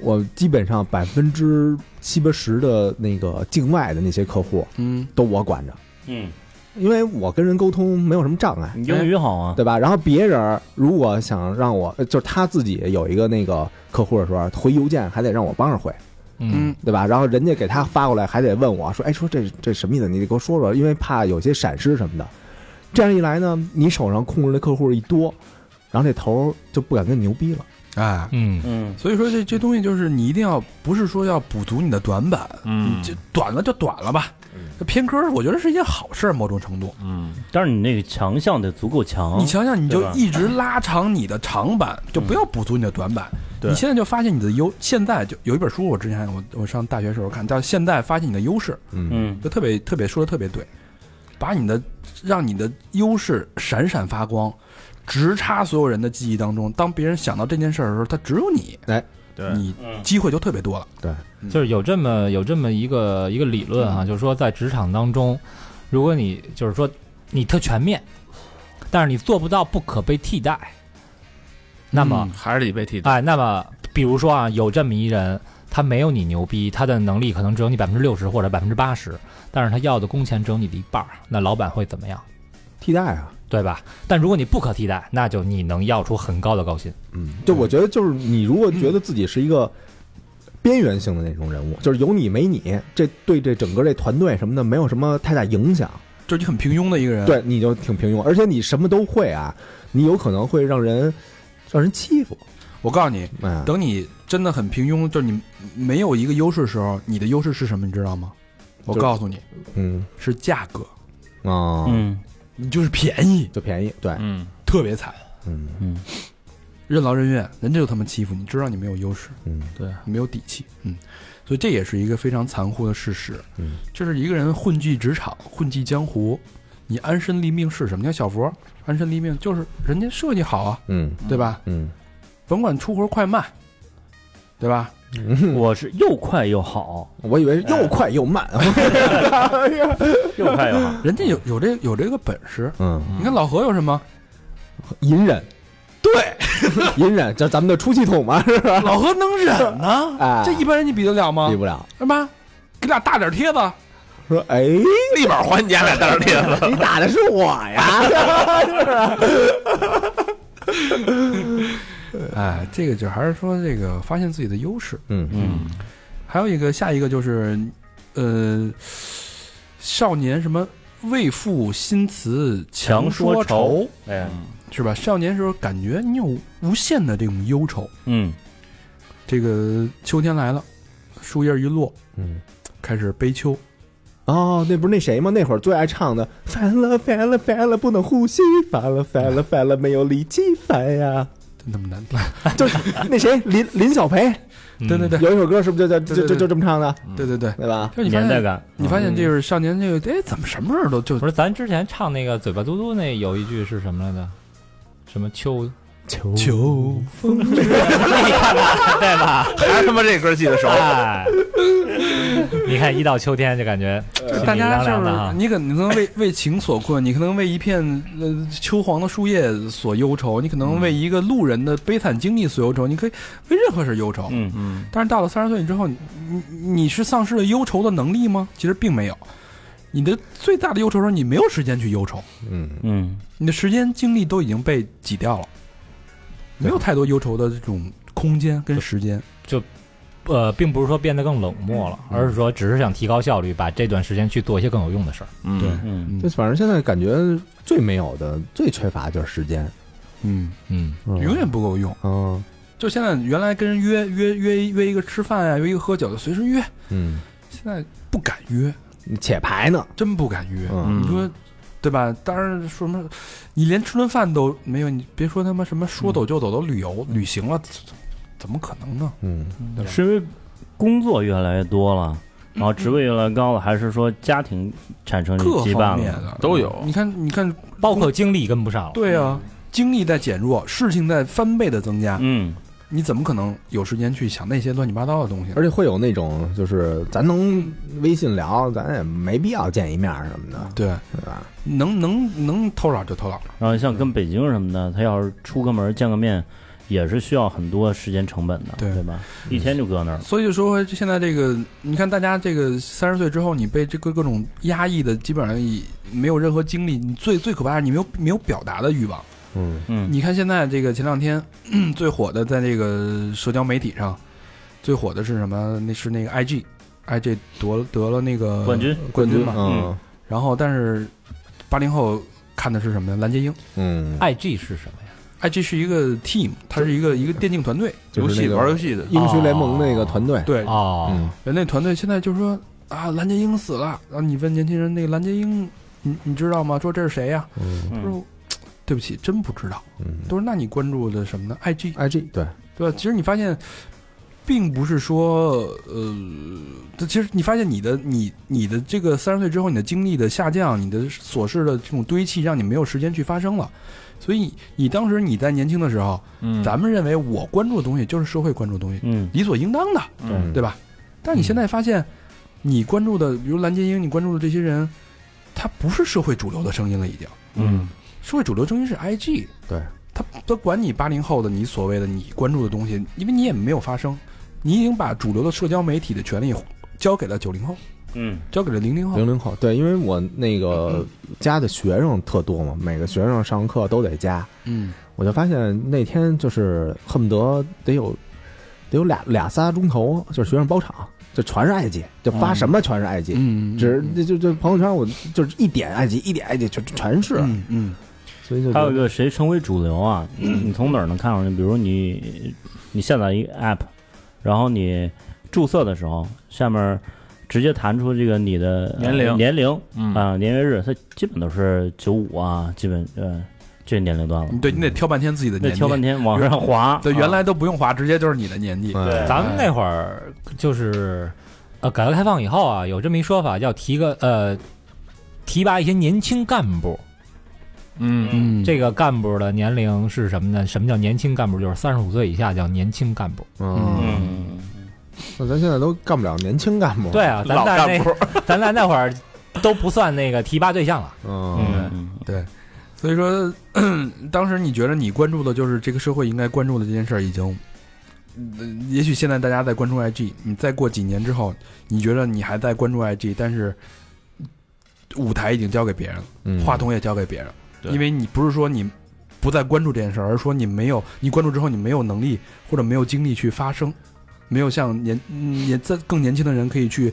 我基本上百分之七八十的那个境外的那些客户嗯都我管着，嗯，因为我跟人沟通没有什么障碍，你英语好啊，对吧？然后别人儿如果想让我，呃就是他自己有一个那个客户的时候，回邮件还得让我帮着回，嗯，对吧？然后人家给他发过来，还得问我说：“哎，说这这什么意思？你得给我说说，因为怕有些闪失什么的。”这样一来呢，你手上控制的客户一多，然后这头儿就不敢跟你牛逼了。哎，嗯嗯所以说这这东西就是你一定要不是说要补足你的短板，嗯就短了就短了吧。偏科我觉得是一件好事儿，某种程度。嗯，但是你那个强项得足够强你，想想，你啊对就吧一直拉长你的长板，就不要补足你的短板。对你现在就发现你的优，现在就有一本书，我之前我我上大学时候看，到现在发现你的优势，嗯就特别特别说的特别对，把你的让你的优势闪闪发光，直插所有人的记忆当中。当别人想到这件事儿的时候，他只有你，哎，对你嗯机会就特别多了。就是有这么有这么一个一个理论啊，就是说在职场当中，如果你就是说你特全面，但是你做不到不可被替代，那么、嗯还是得被替代。哎，那么比如说啊，有这么一人，他没有你牛逼，他的能力可能只有你百分之六十或者百分之八十，但是他要的工钱只有你的一半儿，那老板会怎么样？替代啊，对吧？但如果你不可替代，那就你能要出很高的高薪。嗯，就我觉得就是你如果觉得自己是一个边缘性的那种人物，就是有你没你，这对这整个这团队什么的没有什么太大影响，就是你很平庸的一个人，，对你就挺平庸，而且你什么都会啊，你有可能会让人让人欺负，我告诉你，哎，等你真的很平庸，就是你没有一个优势的时候，你的优势是什么？你知道吗？我就是告诉你，嗯是价格，啊，嗯你就是便宜，就便宜，对，嗯特别惨，嗯嗯任劳任怨，人家就他妈欺负你，知道你没有优势，嗯你没有底气，嗯，所以这也是一个非常残酷的事实，嗯，就是一个人混迹职场，混迹江湖，你安身立命是什么？叫小佛安身立命，就是人家设计好啊，嗯对吧？嗯甭管出活快慢，对吧？嗯，我是又快又好，我以为又快又 慢，又快又好，人家有有这有这个本事，嗯，你看老何有什么？隐忍，对， 隐忍，这咱们的出气筒嘛，是吧？老何能忍 呢、哎这一般人你比得了吗比？不了，是吧？给俩大点贴子，说哎，立马还你家俩大贴 子。你打的是我呀，哎，这个就还是说这个发现自己的优势。嗯嗯还有一个，下一个就是，呃，少年什么为赋新词强说说愁愁，哎是吧？少年时候感觉你有无限的这种忧愁。嗯这个秋天来了，树叶一落，嗯。开始悲秋。哦，那不是那谁吗？那会儿最爱唱的“烦了，烦了，烦了，不能呼吸，烦了，烦了，烦了，没有力气烦呀真他妈难听！”，就是那谁林林小培嗯对对对有一首歌，是不是就叫对就对就对就这么唱的，对对对，对吧？就是你发年代现，感，你发现就是少年这个，哎，怎么什么事儿都就不是，咱之前唱那个嘴巴嘟嘟那有一句是什么来着？什么秋？求秋对吧？ 还是他妈这歌记得熟。哎，你看一到秋天就感觉心呃大里家凉是凉不的啊是哈。你可能为为情所困，你可能为一片呃秋黄的树叶所忧愁，你可能为一个路人的悲惨经历所忧愁，你可以为任何事忧愁。嗯嗯，但是到了三十岁之后，你你你是丧失了忧愁的能力吗？其实并没有，你的最大的忧愁是你没有时间去忧愁，嗯嗯你的时间精力都已经被挤掉了，没有太多忧愁的这种空间跟时间。呃，并不是说变得更冷漠了，而是说只是想提高效率，把这段时间去做一些更有用的事儿。嗯对嗯就反正现在感觉最没有的、最缺乏的就是时间，嗯，嗯，永远不够用。嗯就现在原来跟人约约约约一个吃饭啊呀、约一个喝酒的，随时约。嗯，现在不敢约，你且排呢，真不敢约。嗯你说，对吧？当然说什么，你连吃顿饭都没有，你别说他妈什么说走就走都旅游、旅行了，怎怎么可能呢？嗯是因嗯为工作越来越多了，然后职位越来越高了，还是说家庭产生各羁方绊面了？的都有你看，你看，包括精力跟不上了。对啊，精力在减弱，事情在翻倍的增加，嗯你怎么可能有时间去想那些乱七八糟的东西？而且会有那种就是咱能微信聊，咱也没必要见一面什么的，对，对吧？能能能偷懒就偷懒，然后像跟北京什么的，他要是出个门见个面，也是需要很多时间成本的，对对吧？一天就搁那儿了。所以就说现在这个，你看大家这个三十岁之后，你被这个各种压抑的，基本上已没有任何精力。你最最可怕的是你没有没有表达的欲望。嗯嗯 你看现在这个前两天最火的，在这个社交媒体上，最火的是什么？那是那个 IG。IG 夺得了那个冠军冠军嘛，嗯然后但是八零后看的是什么呀？蓝洁瑛嗯， IG 是什么呀？ ，IG 是一个 team，它是一个一个电竞团队，就游是那戏个玩游戏的，英雄联盟那个团队，对，哦，嗯，人那团队现在就是说啊，蓝洁瑛死了，然后你问年轻人那个蓝洁瑛，你你知道吗？说这是谁呀、嗯他说对不起，真不知道。嗯都说那你关注的什么呢？IG ，IG 对，对吧？其实你发现，并不是说呃，这其实你发现你的你你的这个三十岁之后，你的精力的下降，你的琐事的这种堆砌，让你没有时间去发生了。所以你当时你在年轻的时候，嗯咱们认为我关注的东西就是社会关注的东西，嗯理所应当的。嗯对吧？但你现在发现，你关注的，比如蓝洁瑛，你关注的这些人，他不是社会主流的声音了，已经。嗯社会主流声音是 IG，对，他他管你八零后的你所谓的你关注的东西，因为你也没有发声，你已经把主流的社交媒体的权利交给了九零后，嗯交给了零零后零。零后，对，因为我那个加的学生特多嘛，每个学生上课都得加，嗯我就发现那天就是恨不得得有得有俩俩仨钟头，就是学生包场，就全是爱姐，就发什么全是爱姐，嗯只就就就朋友圈我就是一点爱姐一点爱姐全全是，嗯嗯所以就还有一个谁成为主流啊？你从哪儿能看出来？比如你你下载一个 app，然后你注册的时候，下面直接弹出这个你的呃年龄年龄嗯啊、年月日，它基本都是九五啊，基本呃这年龄段了。嗯，对你得挑半天自己的那年纪挑，半天往上滑，对，啊原来都不用划，直接就是你的年纪。对咱们那会儿就是，呃，改革开放以后啊，有这么一说法，叫提个呃，提拔一些年轻干部。嗯，嗯这个干部的年龄是什么呢？什么叫年轻干部？就是三十五岁以下叫年轻干部。嗯，嗯，那咱现在都干不了年轻干部，对，啊，咱老在干部那咱在那会儿都不算那个提拔对象了。嗯，嗯所以说， 当时你觉得你关注的就是这个社会应该关注的这件事儿，已经、嗯也许现在大家在关注 IG，你再过几年之后，你觉得你还在关注 IG，但是舞台已经交给别人了，嗯话筒也交给别人了，对因为你不是说你不再关注这件事儿，而是说你没有，你关注之后你没有能力或者没有精力去发声，没有像年嗯年在更年轻的人可以去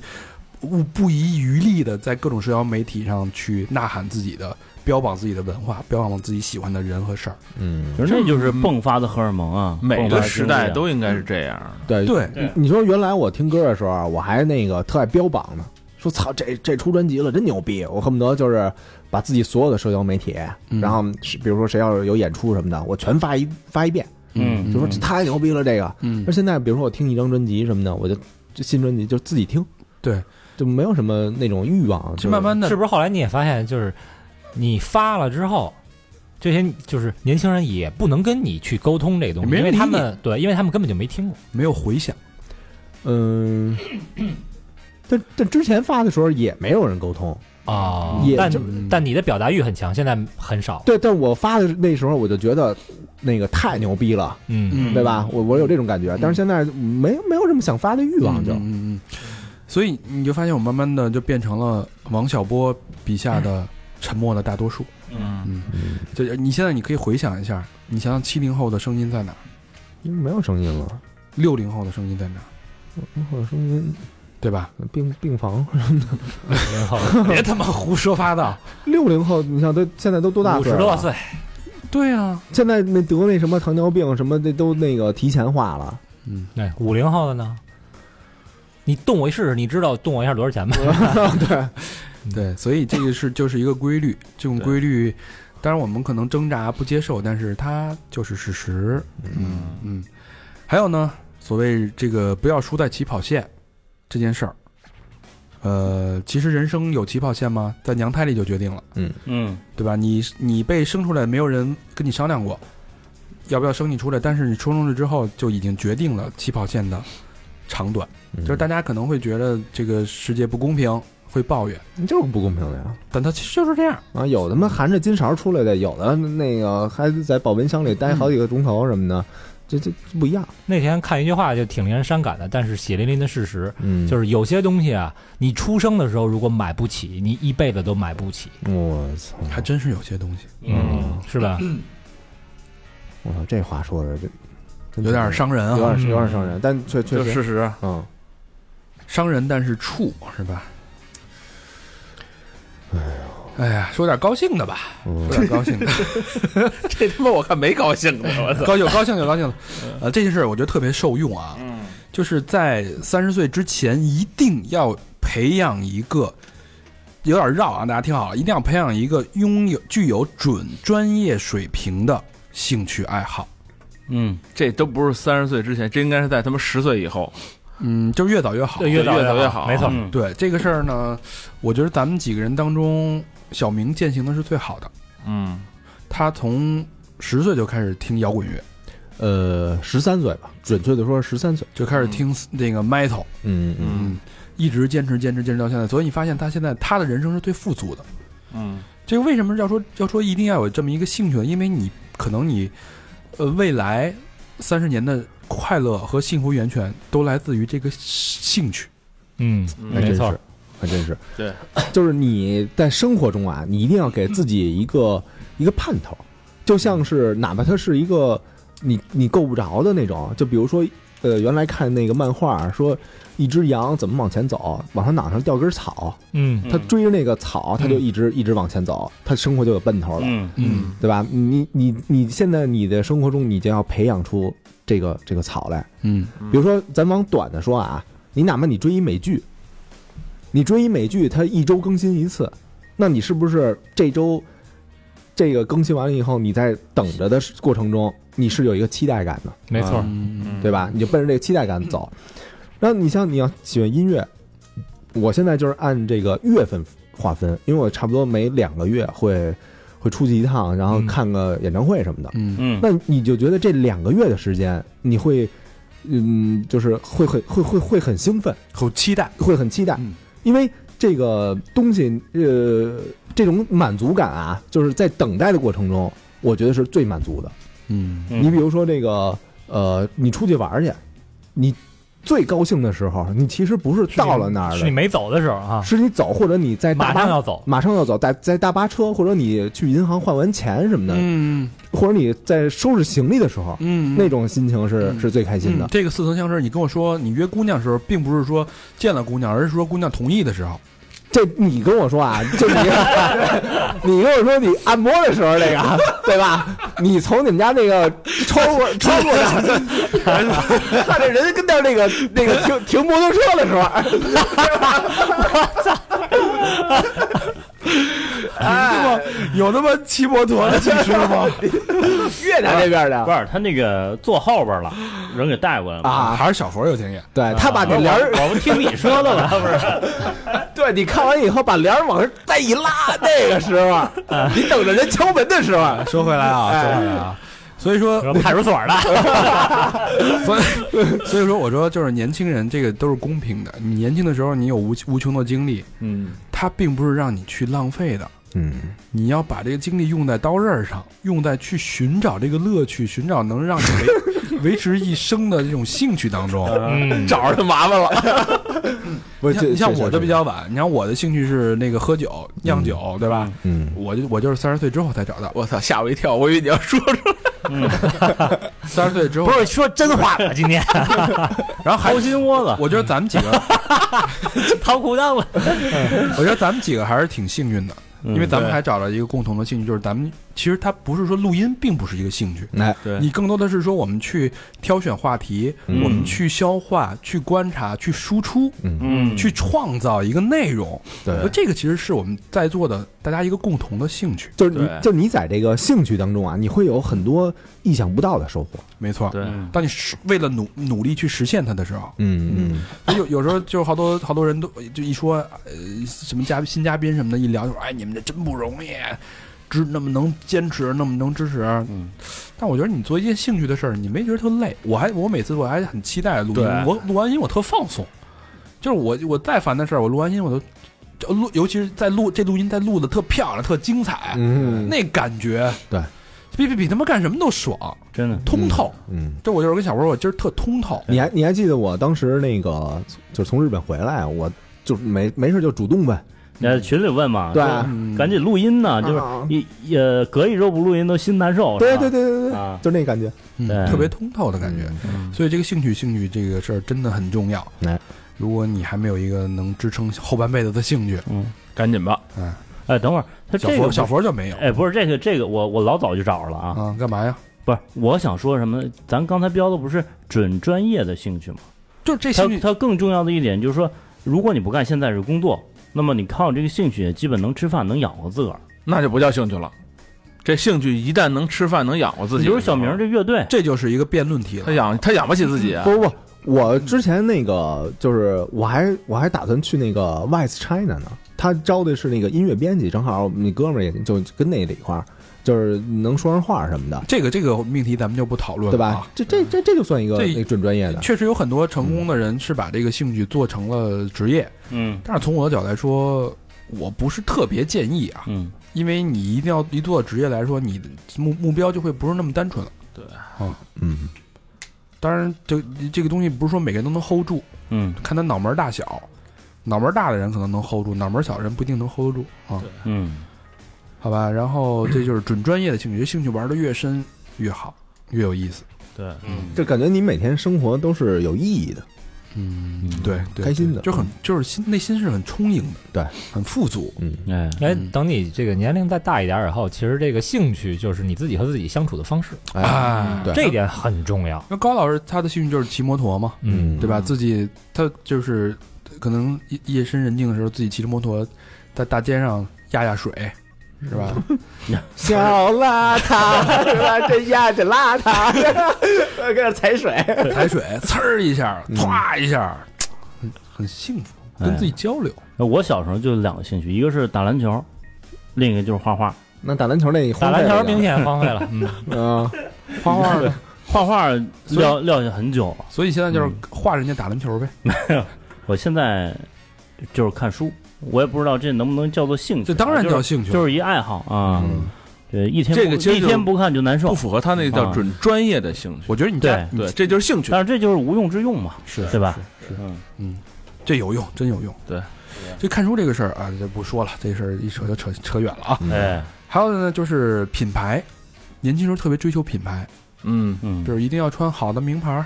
不不遗余力的在各种社交媒体上去呐喊自己的。标榜自己的文化，标榜自己喜欢的人和事儿。嗯，其实那就是迸发的荷尔蒙啊，每迸发个的时精力啊代都应该是这样对的。对，你你说原来我听歌的时候啊，我还那个特爱标榜呢，说操这这出专辑了，真牛逼！我恨不得就是把自己所有的社交媒体，嗯然后是比如说谁要是有演出什么的，我全发一发一遍，嗯就说这太牛逼了这个。嗯而，现在比如说我听一张专辑什么的，我就这新专辑就自己听，对，就没有什么那种欲望，啊就就慢慢的是，不是后来你也发现，就是你发了之后，这些就是年轻人也不能跟你去沟通这个东西，没因人为理他们对，因为他们根本就没听过。没有回响。嗯。但但之前发的时候也没有人沟通，哦也但就但你的表达欲很强，现在很少。对，但我发的那时候我就觉得那个太牛逼了，嗯，对吧？我我有这种感觉，但是现在没没有什么想发的欲望，就嗯嗯嗯。所以你就发现我慢慢的就变成了王小波笔下嗯的沉默的大多数。嗯，就你现在你可以回想一下，你想想七零后的声音在哪儿，因为没有声音了，六零后的声音在哪儿，或者声音对吧？病病房。然后别他妈胡说八道。 六零后，你像都现在都多大 五岁十了？多岁，对啊，现在那得那什么糖尿病什么的都那个提前化了。嗯，对五零后的呢？你动我一试试，你知道动我一下多少钱吗？对，所以这个是就是一个规律，这种规律，当然我们可能挣扎不接受，但是它就是事实。嗯嗯，还有呢，所谓这个不要输在起跑线这件事儿，呃，其实人生有起跑线吗？在娘胎里就决定了，嗯对吧？你你被生出来，没有人跟你商量过要不要生你出来，但是你出生了之后就已经决定了起跑线的长短。嗯就是大家可能会觉得这个世界不公平，会抱怨。你就是不公平的呀！但它其实就是这样，啊，有他妈含着金勺出来的，有的那个还在保温箱里待嗯好几个钟头什么的，这这不一样。那天看一句话就挺令人伤感的，但是血淋淋的事实，嗯就是有些东西啊，你出生的时候如果买不起，你一辈子都买不起，我操！还真是有些东西。嗯，是吧？我操，这话说的这真有点挺伤人嗯有啊，点有点伤人，但确确就实，事实。啊嗯，伤人但是处是吧？哎呀，说点高兴的吧，说点高兴的，这哎他妈我看没高兴的，我操！高有高兴就高兴了。呃，这件事儿我觉得特别受用啊，就是在三十岁之前一定要培养一个，有点绕啊，大家听好了，一定要培养一个拥有具有准专业水平的兴趣爱好。嗯，这都不是三十岁之前，这应该是在他妈十岁以后。嗯，就是越早越好。对，越早越早越好，好没错。嗯对这个事儿呢，我觉得咱们几个人当中，小明践行的是最好的。嗯，他从十岁就开始听摇滚乐，呃，十三岁吧，准确的说十三岁，就开始听那个 metal，嗯嗯嗯，一直坚持坚持坚持到现在。所以你发现他现在他的人生是最富足的。嗯，这个为什么要说要说一定要有这么一个兴趣呢？因为你可能你，呃，未来三十年的快乐和幸福源泉都来自于这个兴趣。嗯，还真没错是，，还真是，对， 就是你在生活中啊，你一定要给自己一个一个盼头，就像是哪怕它是一个你你够不着的那种，就比如说，呃，原来看那个漫画说。一只羊怎么往前走？往它脑上掉根草，嗯它追着那个草，它就一直、一直往前走，它生活就有奔头了。嗯，嗯，对吧？你你你现在你的生活中，你就要培养出这个这个草来。嗯比如说，咱往短的说啊，你哪怕你追一美剧，你追一美剧，它一周更新一次，那你是不是这周这个更新完了以后，你在等着的过程中，你是有一个期待感的，没错，嗯对吧？你就奔着这个期待感走。然后你像你要喜欢音乐，我现在就是按这个月份划分，因为我差不多每两个月会会出去一趟，然后看个演唱会什么的。嗯嗯，那你就觉得这两个月的时间，你会，嗯，就是会很会会会很兴奋，好期待。会很期待嗯，因为这个东西，呃，这种满足感啊，就是在等待的过程中，我觉得是最满足的。嗯嗯你比如说这个，呃，你出去玩儿去，你最高兴的时候，你其实不是是你到了那儿是你了，没走的时候啊，是你走或者你在大马巴上要走，马上要走，在在大巴车或者你去银行换完钱什么的，嗯或者你在收拾行李的时候，嗯那种心情是、嗯是最开心的嗯。这个似曾相识。你跟我说，你约姑娘的时候，并不是说见了姑娘，而是说姑娘同意的时候。这你跟我 说啊，这你你跟我说你按摩的时候那个，啊对吧？你从你们家那个窗 户窗户那儿看着人跟那儿那个那个停停摩托车 的时候，哎有那么骑摩托的技术吗？ 越南这边不的是他那个坐后边了，人给带过来了。啊，还是小佛有经验。对他把那帘儿，啊我不听你说的吧？不是， 对你看完以后把帘儿往上再一拉，那个时候你等着人敲门的时候，哎哎说回来啊，说回来 啊，所以说说派出所的，所以所以说，我说就是年轻人，这个都是公平的。你年轻的时候，你有无无穷的精力，嗯它并不是让你去浪费的。嗯，你要把这个精力用在刀刃上，用在去寻找这个乐趣，寻找能让你维 维持一生的这种兴趣当 中。嗯，找着他麻烦了。不你是像这你像我这这比较晚，你像我的兴趣是那个喝酒酿酒，对吧？嗯，我就我就是三十岁之后才找到，嗯我操，吓我一跳，我以为你要说出 三十岁之后不，是说真话 了，今天然后还掏心窝子。我觉得咱们几个，掏裤裆了， 我觉得咱们几个还是挺幸运的，嗯因为咱们对还找到一个共同的兴趣，就是咱们其实它不是说录音并不是一个兴趣，哎，对你更多的是说我们去挑选话题，嗯我们去消化、去观察、去输出、嗯嗯，去创造一个内容。对我觉得这个其实是我们在座的大家一个共同的兴趣，就是你对就是你在这个兴趣当中啊，你会有很多意想不到的收获。没错。对嗯当你是为了努努力去实现它的时候，嗯嗯，所哎以有有时候就好多好多人都就一说，呃，什么嘉宾新嘉宾什么的，一聊就说，哎，你们这真不容易，支那么能坚持，那么能支持。嗯，但我觉得你做一件兴趣的事儿，你没觉得特累？我还我每次我还很期待录音对，我录完音我特放松，就是我我再烦的事儿，我录完音我都就录，尤其是在录这录音在录的特漂亮、特精彩，嗯，哎那感觉对，比比比他妈干什么都爽，真的，通透。嗯，这我就是跟小波，我今儿特通透。你还你还记得我当时那个就是从日本回来，我就没没事就主动问你在群里问嘛，对，嗯赶紧录音呢，就是啊一呃隔一周不录音都心难受，对是吧对对对对，啊，就那感觉。嗯对特别通透的感觉。所以这个兴趣兴趣这个事儿真的很重要哎。如果你还没有一个能支撑后半辈子的兴趣，赶紧吧，哎，等会儿他小这佛个小佛就没有哎，不是这个这个，我我老早就找着了啊，啊？干嘛呀？不是我想说什么，咱刚才标的不是准专业的兴趣吗？就是这它兴趣，它更重要的一点就是说，如果你不干现在是工作，那么你靠这个兴趣也基本能吃饭，能养活自个儿。那就不叫兴趣了。这兴趣一旦能吃饭能养活自己，比如小啊明，这乐队，这就是一个辩论题了他。养他养不起自己啊。不不不，我之前那个就是我还我还打算去那个 Vice China 呢，他招的是那个音乐编辑，正好我们那哥们儿也就跟那里一块儿，就是能说上话什么的，这个这个命题咱们就不讨论对了吧啊？。这这这这就算一个这那准专业的，确实有很多成功的人是把这个兴趣做成了职业，嗯但是从我的角度来说，我不是特别建议啊，嗯，因为你一定要一做职业来说，你的目目标就会不是那么单纯了。嗯，当然，这这个东西不是说每个人都能 hold 住，嗯看他脑门儿大小，脑门儿大的人可能能 hold 住，脑门儿小的人不一定能 hold 得住啊。嗯，好吧，然后这就是准专业的兴趣，兴趣玩的越深越好，越有意思。对，就感觉你每天生活都是有意义的，嗯，对，对开心的就很就是心内心是很充盈的，对，很富足。哎，哎嗯，等你这个年龄再大一点以后，其实这个兴趣就是你自己和自己相处的方式，哎对这一点很重要。那高老师他的兴趣就是骑摩托嘛，嗯对吧？自己他就是可能夜夜深人静的时候，自己骑着摩托在大街上压压水，是吧？小邋遢是吧？这呀这邋遢， 跟那踩水， 踩水，呲儿一下，嗯唰一下，很很幸福，跟自己交流。我小时候就两个兴趣，一个是打篮球，另一个就是画画。那打篮球那打篮球明显荒废 了，嗯，嗯，画画，画画所以撂撂下很久了，所以现在就是画人家打篮球呗。我现在就是看书，我也不知道这能不能叫做兴趣啊，这当然就叫是兴趣了，就是一爱好嗯啊。嗯对，一天这不个其实一就天不看就难受不，符合他那叫准专业的兴趣。我觉得你对家你对，这就是兴趣。但是这就是无用之用嘛，是对吧？嗯这有用，真有用。对，这看书这个事儿啊，这不说了，这事儿一扯就扯扯远了啊。嗯嗯哎，还有的呢，就是品牌，年轻时候特别追求品牌，嗯，嗯比，如一定要穿好的名牌儿，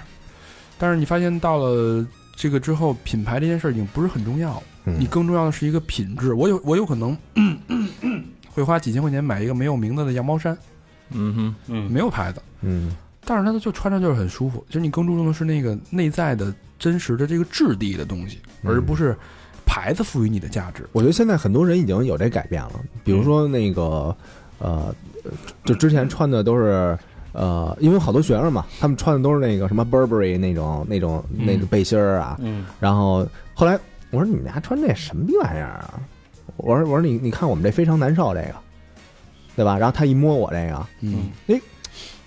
但是你发现到了这个之后，品牌这件事儿已经不是很重要了，嗯你更重要的是一个品质。我有我有可能。会花几千块钱买一个没有名字的羊毛衫，嗯哼，嗯没有牌子，嗯但是它就穿着就是很舒服。就是你更注重的是那个内在的真实的这个质地的东西，嗯而不是牌子赋予你的价值。嗯我觉得现在很多人已经有这改变了，比如说那个，呃，就之前穿的都是，呃，因为好多学生嘛，他们穿的都是那个什么 Burberry 那种那种那个背心儿啊，嗯然后后来我说你们家穿这什么逼玩意儿啊？我说我说你你看我们这非常难受这个，对吧？然后他一摸我这个，嗯，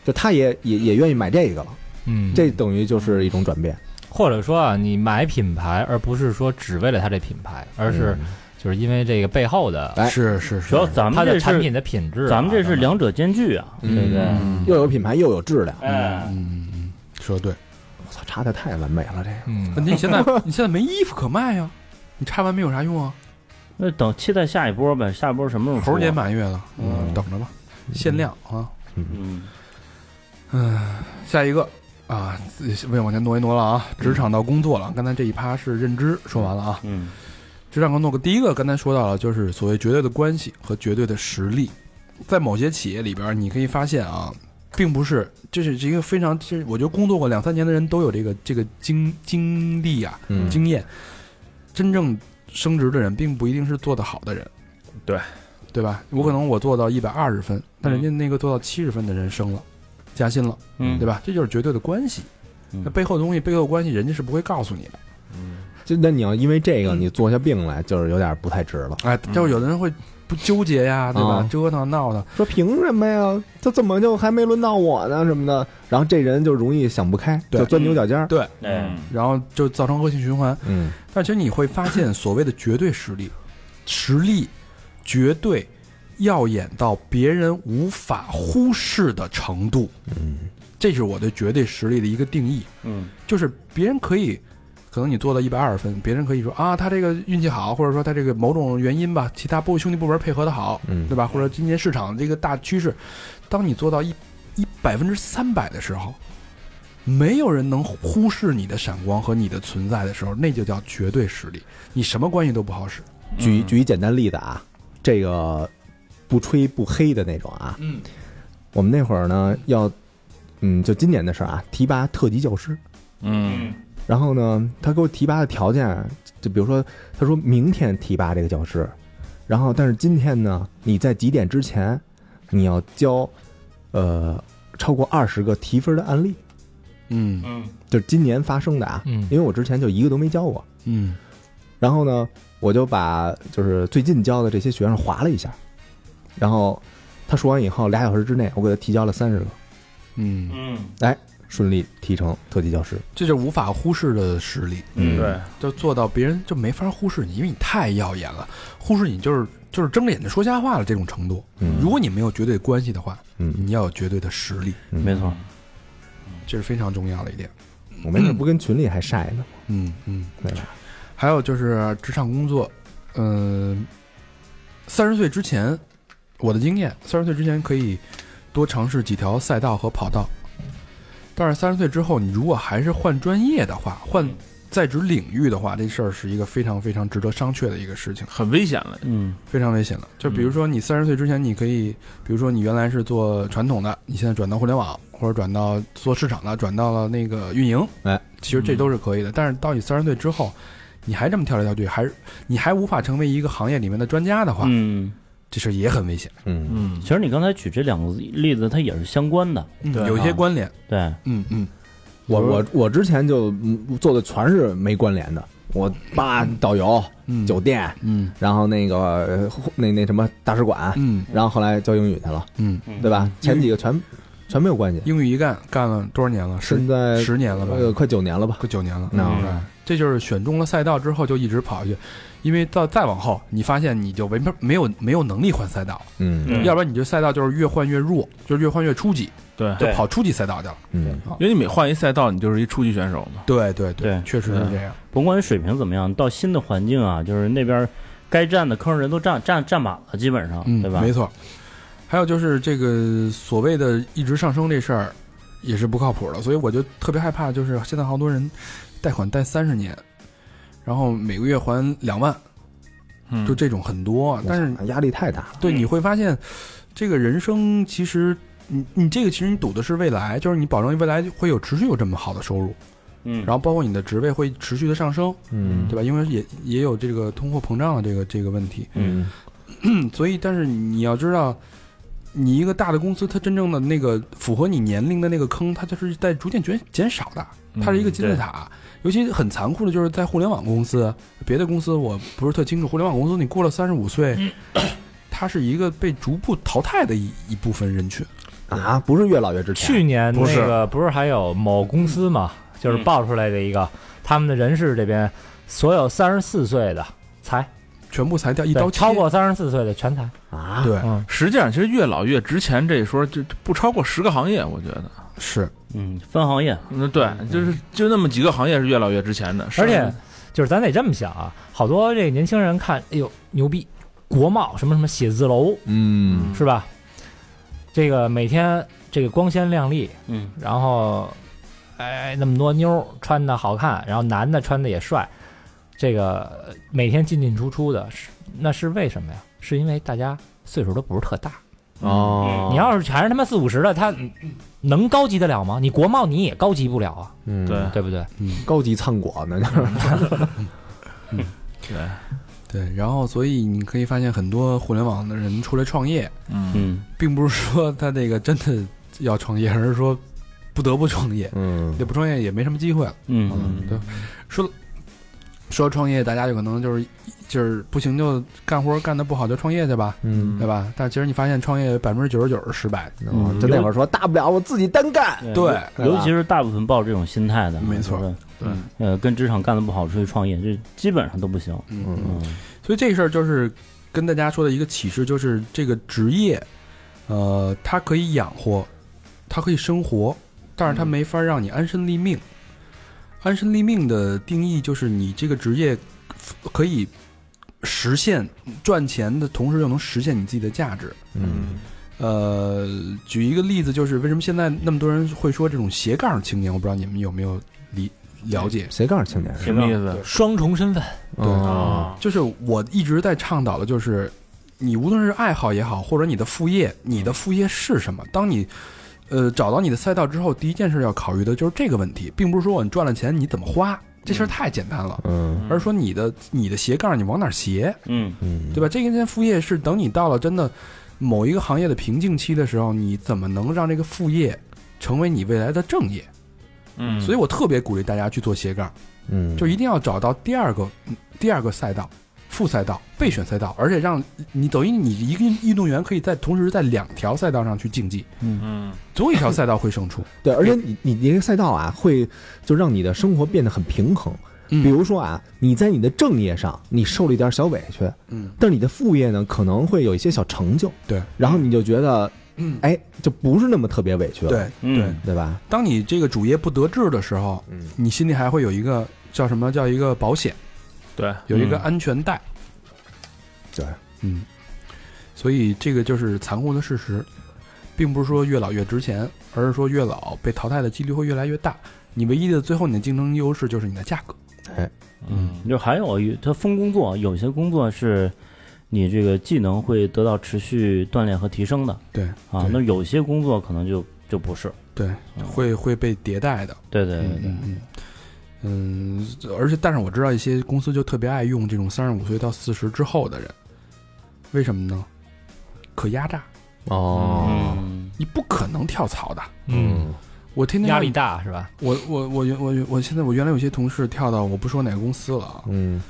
就他也也也愿意买这个了，嗯，这等于就是一种转变，或者说啊，你买品牌，而不是说只为了它这品牌，而是就是因为这个背后的哎是是主是，要咱它们的这产是品的品质啊、咱们这是等等两者兼具啊，嗯对不对？嗯又有品牌又有质量，哎，嗯，嗯说得对。我操，差的太完美了这个。那嗯，你现在你现在没衣服可卖呀、你拆完没有啥用啊？那等期待下一波呗，下一波什么时候出啊？猴年满月了，嗯等着吧，限量啊。嗯，下一个啊，自己为往前挪一挪了啊，职场到工作了。刚才这一趴是认知说完了啊，嗯职场工作第一个刚才说到了，就是所谓绝对的关系和绝对的实力，在某些企业里边，你可以发现啊。并不是，这是一个非常，其实我觉得工作过两三年的人都有这个这个经经历啊，嗯经验，真正升职的人，并不一定是做得好的人，对，对吧？我可能我做到一百二十分，但人家那个做到七十分的人升了，加薪了，嗯，对吧？吧？这就是绝对的关系，嗯那背后的东西，背后的关系，人家是不会告诉你的。就那你要因为这个你坐下病来，就是有点不太值了。哎，就是有的人会不纠结呀，对吧嗯啊？折腾闹腾，说凭什么呀？这怎么就还没轮到我呢？什么的，然后这人就容易想不开，对就钻牛角尖儿。对，哎，然后就造成恶性循环。嗯但其实你会发现，所谓的绝对实力，实力绝对耀眼到别人无法忽视的程度。嗯这是我对绝对实力的一个定义，嗯就是别人可以可能你做到一百二十分，别人可以说啊，他这个运气好，或者说他这个某种原因吧，其他部兄弟部门配合的好，嗯对吧？或者今年市场这个大趋势，当你做到一一百分之三百的时候，没有人能忽视你的闪光和你的存在的时候，那就叫绝对实力，你什么关系都不好使。举举一简单例子啊，这个不吹不黑的那种啊。嗯，我们那会儿呢要，嗯，就今年的事儿啊，提拔特级教师。嗯然后呢，他给我提拔的条件，就比如说，他说明天提拔这个教师，然后但是今天呢，你在几点之前，你要交，呃，超过二十个提分的案例，嗯嗯就是今年发生的啊，嗯因为我之前就一个都没交过。嗯然后呢，我就把就是最近教的这些学生划了一下，然后他说完以后，俩小时之内我给他提交了三十个，嗯，顺利提成特级教师。这就是无法忽视的实力。嗯，对，就做到别人就没法忽视你，因为你太耀眼了，忽视你就是就是睁着眼睛说瞎话了这种程度。嗯如果你没有绝对关系的话，嗯，你要有绝对的实力，嗯没错，这是非常重要的一点。我没事不跟群里还晒呢，嗯嗯，对吧？还有就是职场工作，嗯、三十岁之前，我的经验，三十岁之前可以多尝试几条赛道和跑道，但是三十岁之后，你如果还是换专业的话，换在职领域的话，这事儿是一个非常非常值得商榷的一个事情。很危险了。嗯非常危险了。就比如说你三十岁之前，你可以，比如说你原来是做传统的，你现在转到互联网，或者转到做市场的，转到了那个运营，哎，其实这都是可以的。但是到你三十岁之后，你还这么跳来跳去，还是你还无法成为一个行业里面的专家的话，嗯。这事儿也很危险。嗯，嗯其实你刚才举这两个例子，它也是相关的。嗯，有一些关联。对，嗯嗯，我我我之前就嗯做的全是没关联的，我爸导游、嗯酒店，嗯然后那个呃那那什么大使馆，嗯然后后来教英语去了，嗯，对吧？前几个全全没有关系，英语一干干了多少年了？十现在十年了吧？呃快九年了吧？快九年了，嗯对这就是选中了赛道之后就一直跑下去，因为到再往后，你发现你就没法没有没有能力换赛道，嗯要不然你这赛道就是越换越弱，就是越换越初级，对，就跑初级赛道去了。嗯，因为你每换一赛道，你就是一初级选手嘛。对对对确实是这样。甭管水平怎么样，到新的环境啊，就是那边该站的坑人都站站站满了，基本上，嗯，对吧没？错。还有就是这个所谓的一直上升这事儿，也是不靠谱的，所以我就特别害怕，就是现在好多人贷款贷三十年，然后每个月还两万，嗯就这种很多，啊但是压力太大了。对，你会发现，这个人生其实，你你这个其实你赌的是未来，就是你保证未来会有持续有这么好的收入，嗯然后包括你的职位会持续的上升，嗯对吧？因为也也有这个通货膨胀的这个这个问题，嗯嗯，所以但是你要知道，你一个大的公司，它真正的那个符合你年龄的那个坑，它就是在逐渐减减少的，嗯它是一个金字塔。尤其很残酷的就是在互联网公司，别的公司我不是特清楚。互联网公司你过了三十五岁，它是一个被逐步淘汰的一一部分人群。啊，不是越老越值钱。去年不是那个不是还有某公司嘛，嗯就是爆出来的一个，他们的人事这边所有三十四岁的裁，全部裁掉，一对刀切。超过三十四岁的全裁。啊，对，嗯，实际上，其实越老越值钱这一说，就就不超过十个行业，我觉得。是嗯，分行业，那对，就是就那么几个行业是越老越值钱的，而且就是咱得这么想啊，好多这年轻人看，哎呦牛逼，国贸什么什么写字楼嗯是吧？这个每天这个光鲜亮丽，嗯，然后哎那么多妞儿穿的好看，然后男的穿的也帅，这个呃每天进进出出的，是那是为什么呀？是因为大家岁数都不是特大。哦，你要是全是他妈四五十的，他能高级得了吗？你国贸你也高级不了啊，嗯对对不对？高级餐馆呢，就是对，对。然后，所以你可以发现，很多互联网的人出来创业，嗯嗯，并不是说他这个真的要创业，而是说不得不创业。 嗯也不创业也没什么机会了。嗯，对，说说创业，大家就可能就是就是不行就干活干的不好就创业去吧，嗯，对吧？但其实你发现创业百分之九十九是失败的，哦就那会儿说大不了我自己单干，嗯对对吧尤其是大部分抱这种心态的，没错就是，对呃，跟职场干的不好出去创业，这基本上都不行。嗯，嗯，所以这事儿就是跟大家说的一个启示，就是这个职业，呃，它可以养活，它可以生活，但是它没法让你安身立命。安身立命的定义就是你这个职业可以实现赚钱的同时，又能实现你自己的价值。嗯呃，举一个例子，就是为什么现在那么多人会说这种斜杠青年？我不知道你们有没有理了解？斜杠青年是哦什么意思？哦双重身份对啊，就是我一直在倡导的，就是你无论是爱好也好，或者你的副业，你的副业是什么？当你呃找到你的赛道之后，第一件事要考虑的就是这个问题，并不是说我赚了钱你怎么花，这事儿太简单了，嗯而是说你的你的斜杠你往哪儿斜，嗯嗯，对吧？这个副业是等你到了真的某一个行业的瓶颈期的时候，你怎么能让这个副业成为你未来的正业？嗯所以我特别鼓励大家去做斜杠。嗯，就一定要找到第二个嗯第二个赛道、副赛道、备选赛道，而且让你等于你一个运动员可以在同时在两条赛道上去竞技，嗯总有一条赛道会胜出。对，而且你你你这个赛道啊，会就让你的生活变得很平衡。 嗯比如说啊，你在你的正业上你受了一点小委屈，嗯，但是你的副业呢，可能会有一些小成就，对，然后你就觉得，嗯哎，就不是那么特别委屈了，对对嗯，对吧？当你这个主业不得志的时候，嗯你心里还会有一个叫什么叫一个保险，对，有一个安全带。对，嗯，所以这个就是残酷的事实，并不是说越老越值钱，而是说越老被淘汰的几率会越来越大。你唯一的最后你的竞争优势就是你的价格。嗯，就还有一它分工作，有些工作是你这个技能会得到持续锻炼和提升的对啊对，那有些工作可能就就不是，对，嗯会会被迭代的。对对对对，嗯嗯，而且但是我知道一些公司就特别爱用这种三十五岁到四十之后的人，为什么呢？可压榨，哦，嗯你不可能跳槽的。嗯，我天天压力，大是吧？我我我原我原我现在我原来有些同事跳到我不说哪个公司了啊，嗯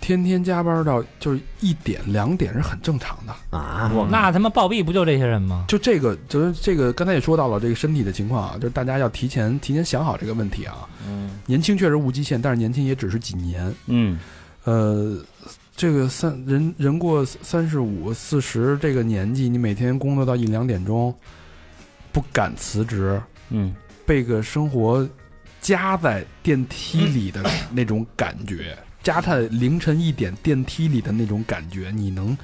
天天加班到就是一点两点是很正常的。啊，那他妈暴毙不就这些人吗？就这个，就是这个，刚才也说到了这个身体的情况啊，就是大家要提前提前想好这个问题啊。嗯，年轻确实无极限，但是年轻也只是几年。嗯呃，这个三人人过三十五、四十这个年纪，你每天工作到一两点钟，不敢辞职，嗯被个生活夹在电梯里的那种感觉，夹在凌晨一点电梯里的那种感觉，你能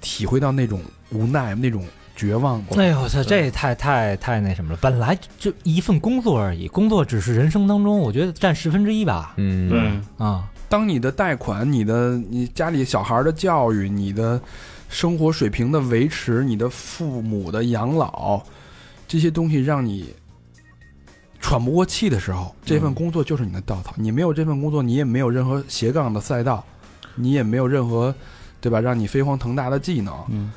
体会到那种无奈、那种绝望吗？哎呦我操，这也太太太那什么了！本来就一份工作而已，工作只是人生当中我觉得占十分之一吧。嗯，对，啊，当你的贷款、你的你家里小孩的教育、你的生活水平的维持、你的父母的养老，这些东西让你喘不过气的时候，这份工作就是你的稻草。你没有这份工作，你也没有任何斜杠的赛道，你也没有任何对吧让你飞黄腾达的技能。嗯，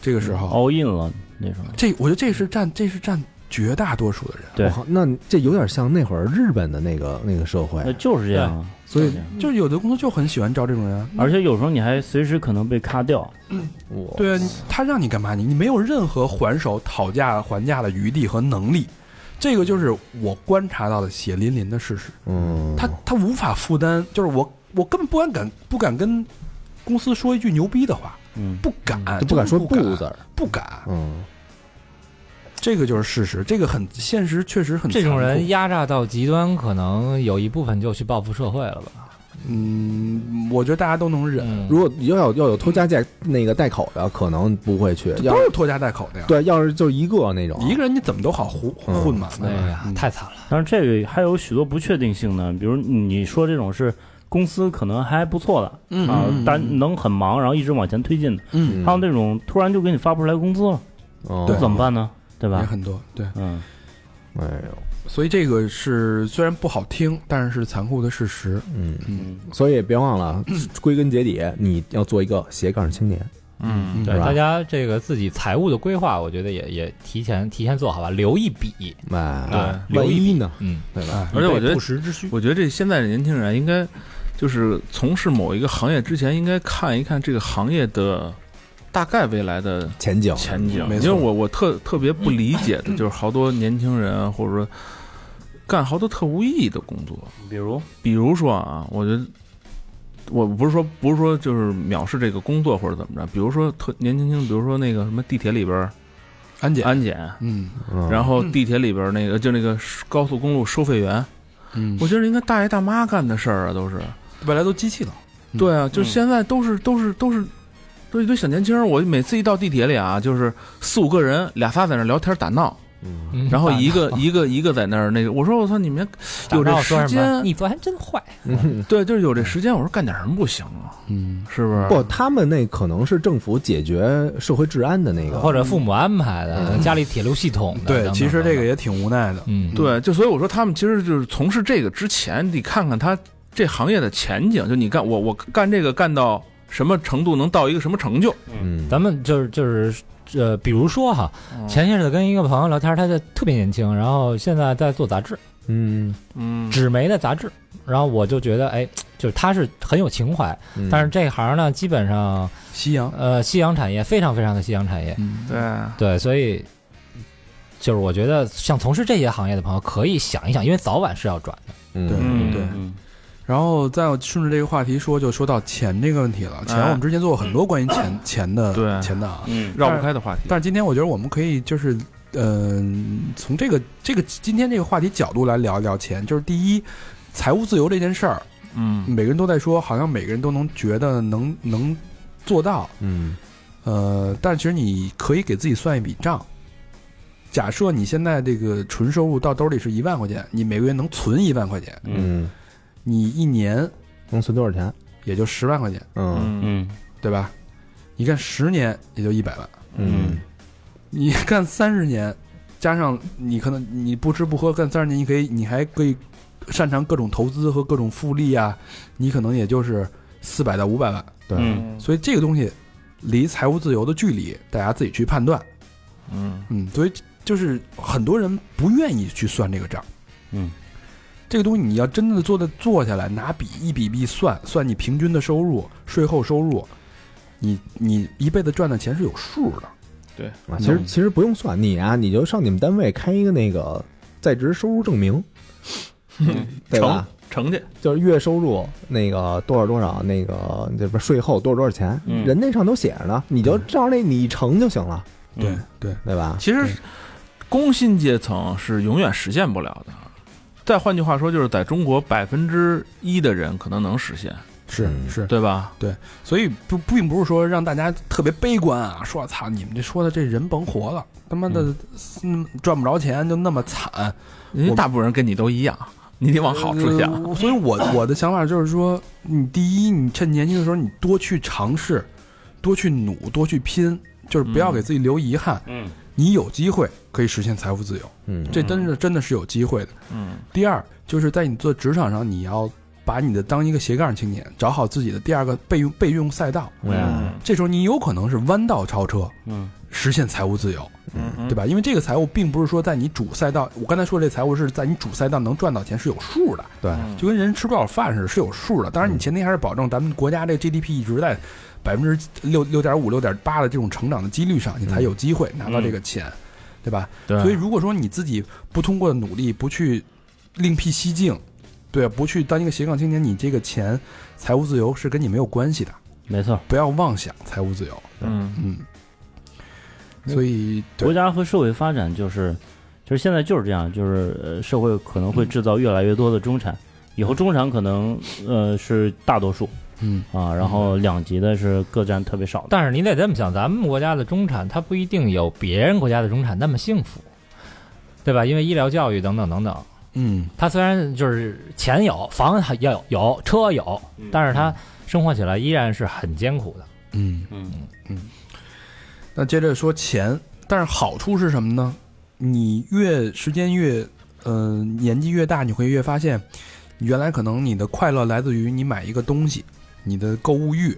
这个时候， ，all in 了那时候，这我觉得这是占这是占绝大多数的人。对我靠，那这有点像那会儿日本的那个那个社哎会那，就是这样啊，所以就是这样就是有的工作就很喜欢招这种人啊，而且有时候你还随时可能被咔掉，我对啊，你他让你干嘛你你没有任何还手讨价还价的余地和能力，这个就是我观察到的血淋淋的事实。嗯，他他无法负担，就是我我根本不敢敢不敢跟公司说一句牛逼的话，嗯不敢，就不敢说真不的不字敢，儿，不敢，嗯这个就是事实，这个很现实，确实很这种残人酷，压榨到极端，可能有一部分就去报复社会了吧？嗯，我觉得大家都能忍，嗯，如果要有要有拖家带那个带口的，可能不会去，这嗯要都是拖家带口的呀。对，要是就一个那种，一个人你怎么都好混嗯混嘛，对哎吧呀，嗯太惨了。但是这个还有许多不确定性呢，比如你说这种是公司可能还不错的，嗯啊嗯，但能很忙，然后一直往前推进的，嗯嗯还有那种突然就给你发不出来工资了，哦那怎么办呢？对也吧？很多，对。嗯哎呦，所以这个是虽然不好听，但是是残酷的事实。嗯，嗯，所以别忘了，归根结底，你要做一个斜杠青年，嗯嗯对是吧大家这个自己财务的规划，我觉得也也提前提前做好吧，留一笔。哎，对万一呢，嗯，对吧？而且我觉得不时之需。我觉得这现在的年轻人应该就是从事某一个行业之前，应该看一看这个行业的大概未来的前景，前景。没因错为我我特特别不理解的就是好多年轻人啊或者说干好多特无意义的工作，比如比如说啊，我觉得。我不是说不是说就是藐视这个工作或者怎么着，比如说特年轻轻，比如说那个什么地铁里边儿安检，安检，嗯，嗯然后地铁里边儿那个就那个高速公路收费员，嗯我觉得应该大爷大妈干的事儿啊，都是。未来都机器了，嗯对啊，就嗯现在都是都是都是都是一堆小年轻儿。我每次一到地铁里啊，就是四五个人，俩仨在那儿聊天打闹，嗯，嗯然后一 个打闹一个一个在那儿那个，我说我操，你们打有闹这说时什么间，你昨天真坏，嗯 对，就是有这时间，我说干点什么不行啊？嗯，是不是？不，他们那可能是政府解决社会治安的那个，或者父母安排的，家里铁路系统的。等对，等其实等这个等也挺无奈的，嗯，对，就所以我说他们其实就是从事这个之前，你看看他这行业的前景，就你干我我干这个干到什么程度，能到一个什么成就？嗯，咱们就是就是呃，比如说哈，前些日子跟一个朋友聊天，他在特别年轻，然后现在在做杂志，嗯，嗯，纸媒的杂志。然后我就觉得，哎，就是他是很有情怀，嗯但是这行呢，基本上夕阳，呃，夕阳产业非常非常的夕阳产业，嗯，对，对，所以就是我觉得像从事这些行业的朋友可以想一想，因为早晚是要转的。嗯对嗯对然后再顺着这个话题说，就说到钱这个问题了。钱哎我们之前做过很多关于钱钱的对钱的啊，嗯绕不开的话题。但是今天我觉得我们可以就是，嗯、从这个这个今天这个话题角度来聊一聊钱。就是第一，财务自由这件事儿，嗯，每个人都在说，好像每个人都能觉得能能做到，嗯呃，但其实你可以给自己算一笔账。假设你现在这个纯收入到兜里是一万块钱，你每个月能存一万块钱，嗯，你一年能存多少钱？也就十万块钱，嗯嗯嗯对吧？你看十年也就一百万，嗯你干三十年，加上你可能你不吃不喝干三十年，你可以你还可以擅长各种投资和各种复利啊，你可能也就是四百到五百万。对嗯所以这个东西离财务自由的距离，大家自己去判断。嗯嗯，所以就是很多人不愿意去算这个账。嗯，这个东西你要真的做的做下来，拿笔一笔笔算，算你平均的收入、税后收入，你你一辈子赚的钱是有数的。啊，其实嗯其实不用算，你啊，你就上你们单位开一个那个在职收入证明，对吧？成去，就是月收入那个多少多少，那个这不是税后多少多少钱，嗯人那上头写着呢，你就照那你乘就行了，对嗯对，对吧？其实工薪阶层是永远实现不了的。再换句话说，就是在中国百分之一的人可能能实现，是嗯是，对吧？所以不并不是说让大家特别悲观啊，说操你们这说的这人甭活了，他妈的嗯赚不着钱就那么惨，因为大部分人跟你都一样，你得往好处想。呃所以我我的想法就是说，你第一，你趁年轻的时候，你多去尝试，多去努，多去拼，就是不要嗯给自己留遗憾。嗯你有机会可以实现财务自由，嗯，这真是真的是有机会的。嗯第二，就是在你做职场上，你要把你的当一个斜杠青年，找好自己的第二个备用备用赛道。嗯这时候你有可能是弯道超车，嗯实现财务自由，嗯对？吧？因为这个财务并不是说在你主赛道，我刚才说这财务是在你主赛道能赚到钱是有数的，对，就跟人吃多少饭似的，是有数的。当嗯然，你前提还是保证咱们国家这 GDP 一直在百分之六六点五、六点八的这种成长的几率上，你才有机会拿到这个钱，对吧？嗯对所以，如果说你自己不通过努力，不去另辟蹊径，对，啊不去当一个斜杠青年，你这个钱财务自由是跟你没有关系的。没错，不要妄想财务自由，嗯嗯。所以，国对，家和社会发展就是，就是现在就是这样，就是呃，社会可能会制造越来越多的中产，以后中产可能呃是大多数嗯，啊，然后两极的是各占特别少的。但是你得这么想，咱们国家的中产他不一定有别人国家的中产那么幸福，对吧？因为医疗、教育等等等等，嗯，他虽然就是钱有，房还要有，有车有，但是他生活起来依然是很艰苦的。嗯，嗯那接着说钱，但是好处是什么呢？你越时间越，呃，年纪越大，你会越发现，原来可能你的快乐来自于你买一个东西，你的购物欲，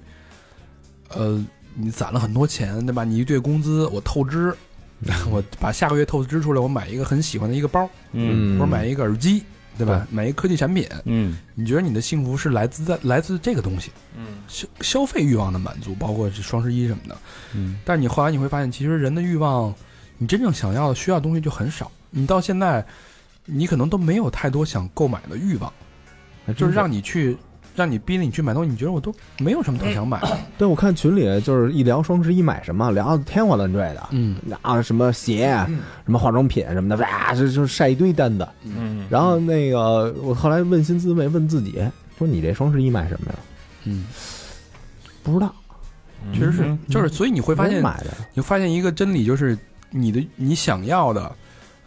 呃，你攒了很多钱，对吧？你一月工资我透支， 我把下个月透支出来，我买一个很喜欢的一个包，嗯或者买一个耳机，对吧？买一个科技产品，嗯你觉得你的幸福是来自在来自这个东西，嗯消消费欲望的满足，包括是双十一什么的。嗯但是你后来你会发现，其实人的欲望，你真正想要的需要的东西就很少。你到现在，你可能都没有太多想购买的欲望，还真就是让你去让你逼着你去买东西，你觉得我都没有什么特想买。对，我看群里就是一聊双十一买什么，聊得天花乱坠的，嗯，啊，什么鞋，什么化妆品什么的，哇，这就晒一堆单子。嗯，然后那个，我后来问心思问问自己，说你这双十一买什么呀？嗯，不知道，嗯确实是，就是所以你会会发现，买的。你会发现一个真理，就是你的你想要的，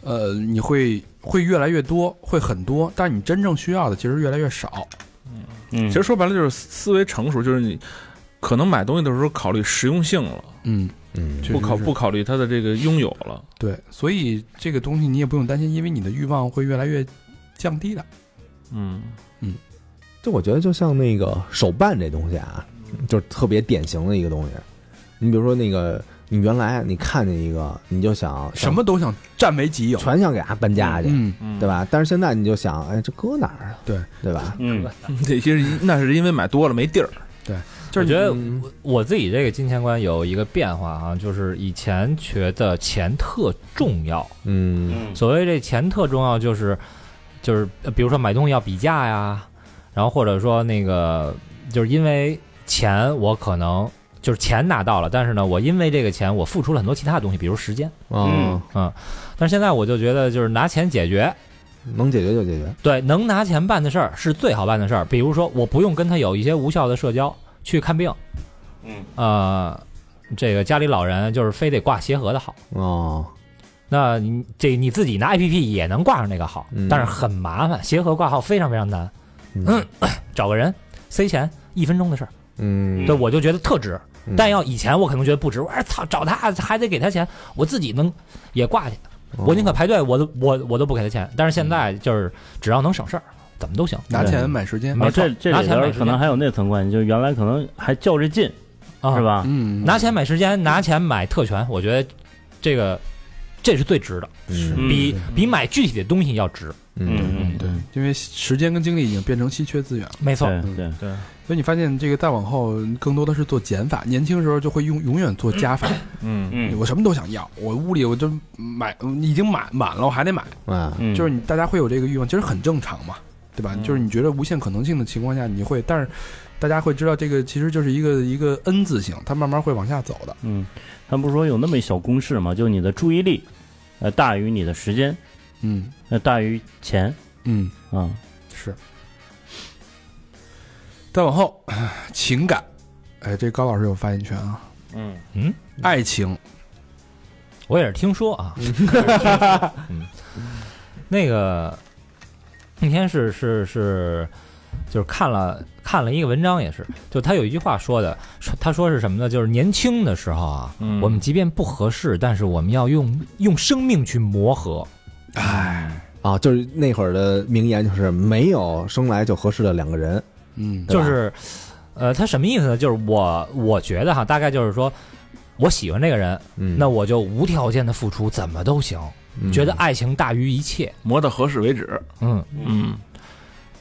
呃，你会会越来越多，会很多，但是你真正需要的其实越来越少。嗯其实说白了就是思维成熟，就是你可能买东西的时候考虑实用性了，嗯，嗯，确不实考是不考虑它的这个拥有了。对，所以这个东西你也不用担心，因为你的欲望会越来越降低的。嗯，就我觉得就像那个手办这东西啊，就是特别典型的一个东西。你比如说那个，你原来你看见一个，你就想什么都想占为己有。全想给它搬家去，嗯，对吧？但是现在你就想，哎，这搁哪儿啊？对对吧？嗯，这些那是因为买多了没地儿。我觉得嗯我我自己这个金钱观有一个变化啊，就是以前觉得钱特重要，嗯所谓这钱特重要，就是就是呃比如说买东西要比价呀，然后或者说那个就是因为钱，我可能就是钱拿到了，但是呢，我因为这个钱我付出了很多其他东西，比如时间。嗯，但是现在我就觉得，就是拿钱解决，嗯能解决就解决。对，能拿钱办的事儿是最好办的事儿。比如说，我不用跟他有一些无效的社交，去看病，嗯，呃，这个家里老人就是非得挂协和的好。哦，那你这你自己拿 A P P 也能挂上那个号，嗯但是很麻烦，协和挂号非常非常难，嗯找个人塞钱一分钟的事儿，嗯，对我就觉得特值。嗯但要以前我可能觉得不值，我说哎操，找他还得给他钱，我自己能也挂去，哦我宁可排队，我都我我都不给他钱。但是现在就是只要能省事儿，怎么都行拿钱买时间没啊，错这这拿里钱买边时可能间还有那层关系，就是原来可能还较着劲，啊，是？吧？嗯，拿钱买时间，拿钱买特权，我觉得这个这是最值的，嗯比比买具体的东西要值。嗯嗯对，因为时间跟精力已经变成稀缺资源了，没错，对对，所以你发现这个再往后更多的是做减法，年轻时候就会用永远做加法，嗯，嗯我什么都想要，我屋里我就买嗯已经满满了，我还得买，啊，嗯，就是你大家会有这个欲望，其实很正常嘛，对嗯吧？就是你觉得无限可能性的情况下，你会，但是大家会知道这个其实就是一个一个 N 字形，它慢慢会往下走的，嗯，他们不是说有那么一小公式吗？就你的注意力，呃，大于你的时间，嗯呃，大于钱嗯，啊。是。再往后，情感，哎，这高老师有发言权啊。嗯嗯，爱情，我也是听说啊。嗯，那个那天是是是，就是看了看了一个文章，也是，就他有一句话说的，说他说是什么呢？就是年轻的时候啊，嗯我们即便不合适，但是我们要用用生命去磨合。哎，啊，就是那会儿的名言就是没有生来就合适的两个人，嗯，对就吧是，呃，他什么意思呢？就是我我觉得哈，大概就是说。我喜欢这个人，嗯，那我就无条件的付出，怎么都行，嗯觉得爱情大于一切。磨到合适为止。嗯，嗯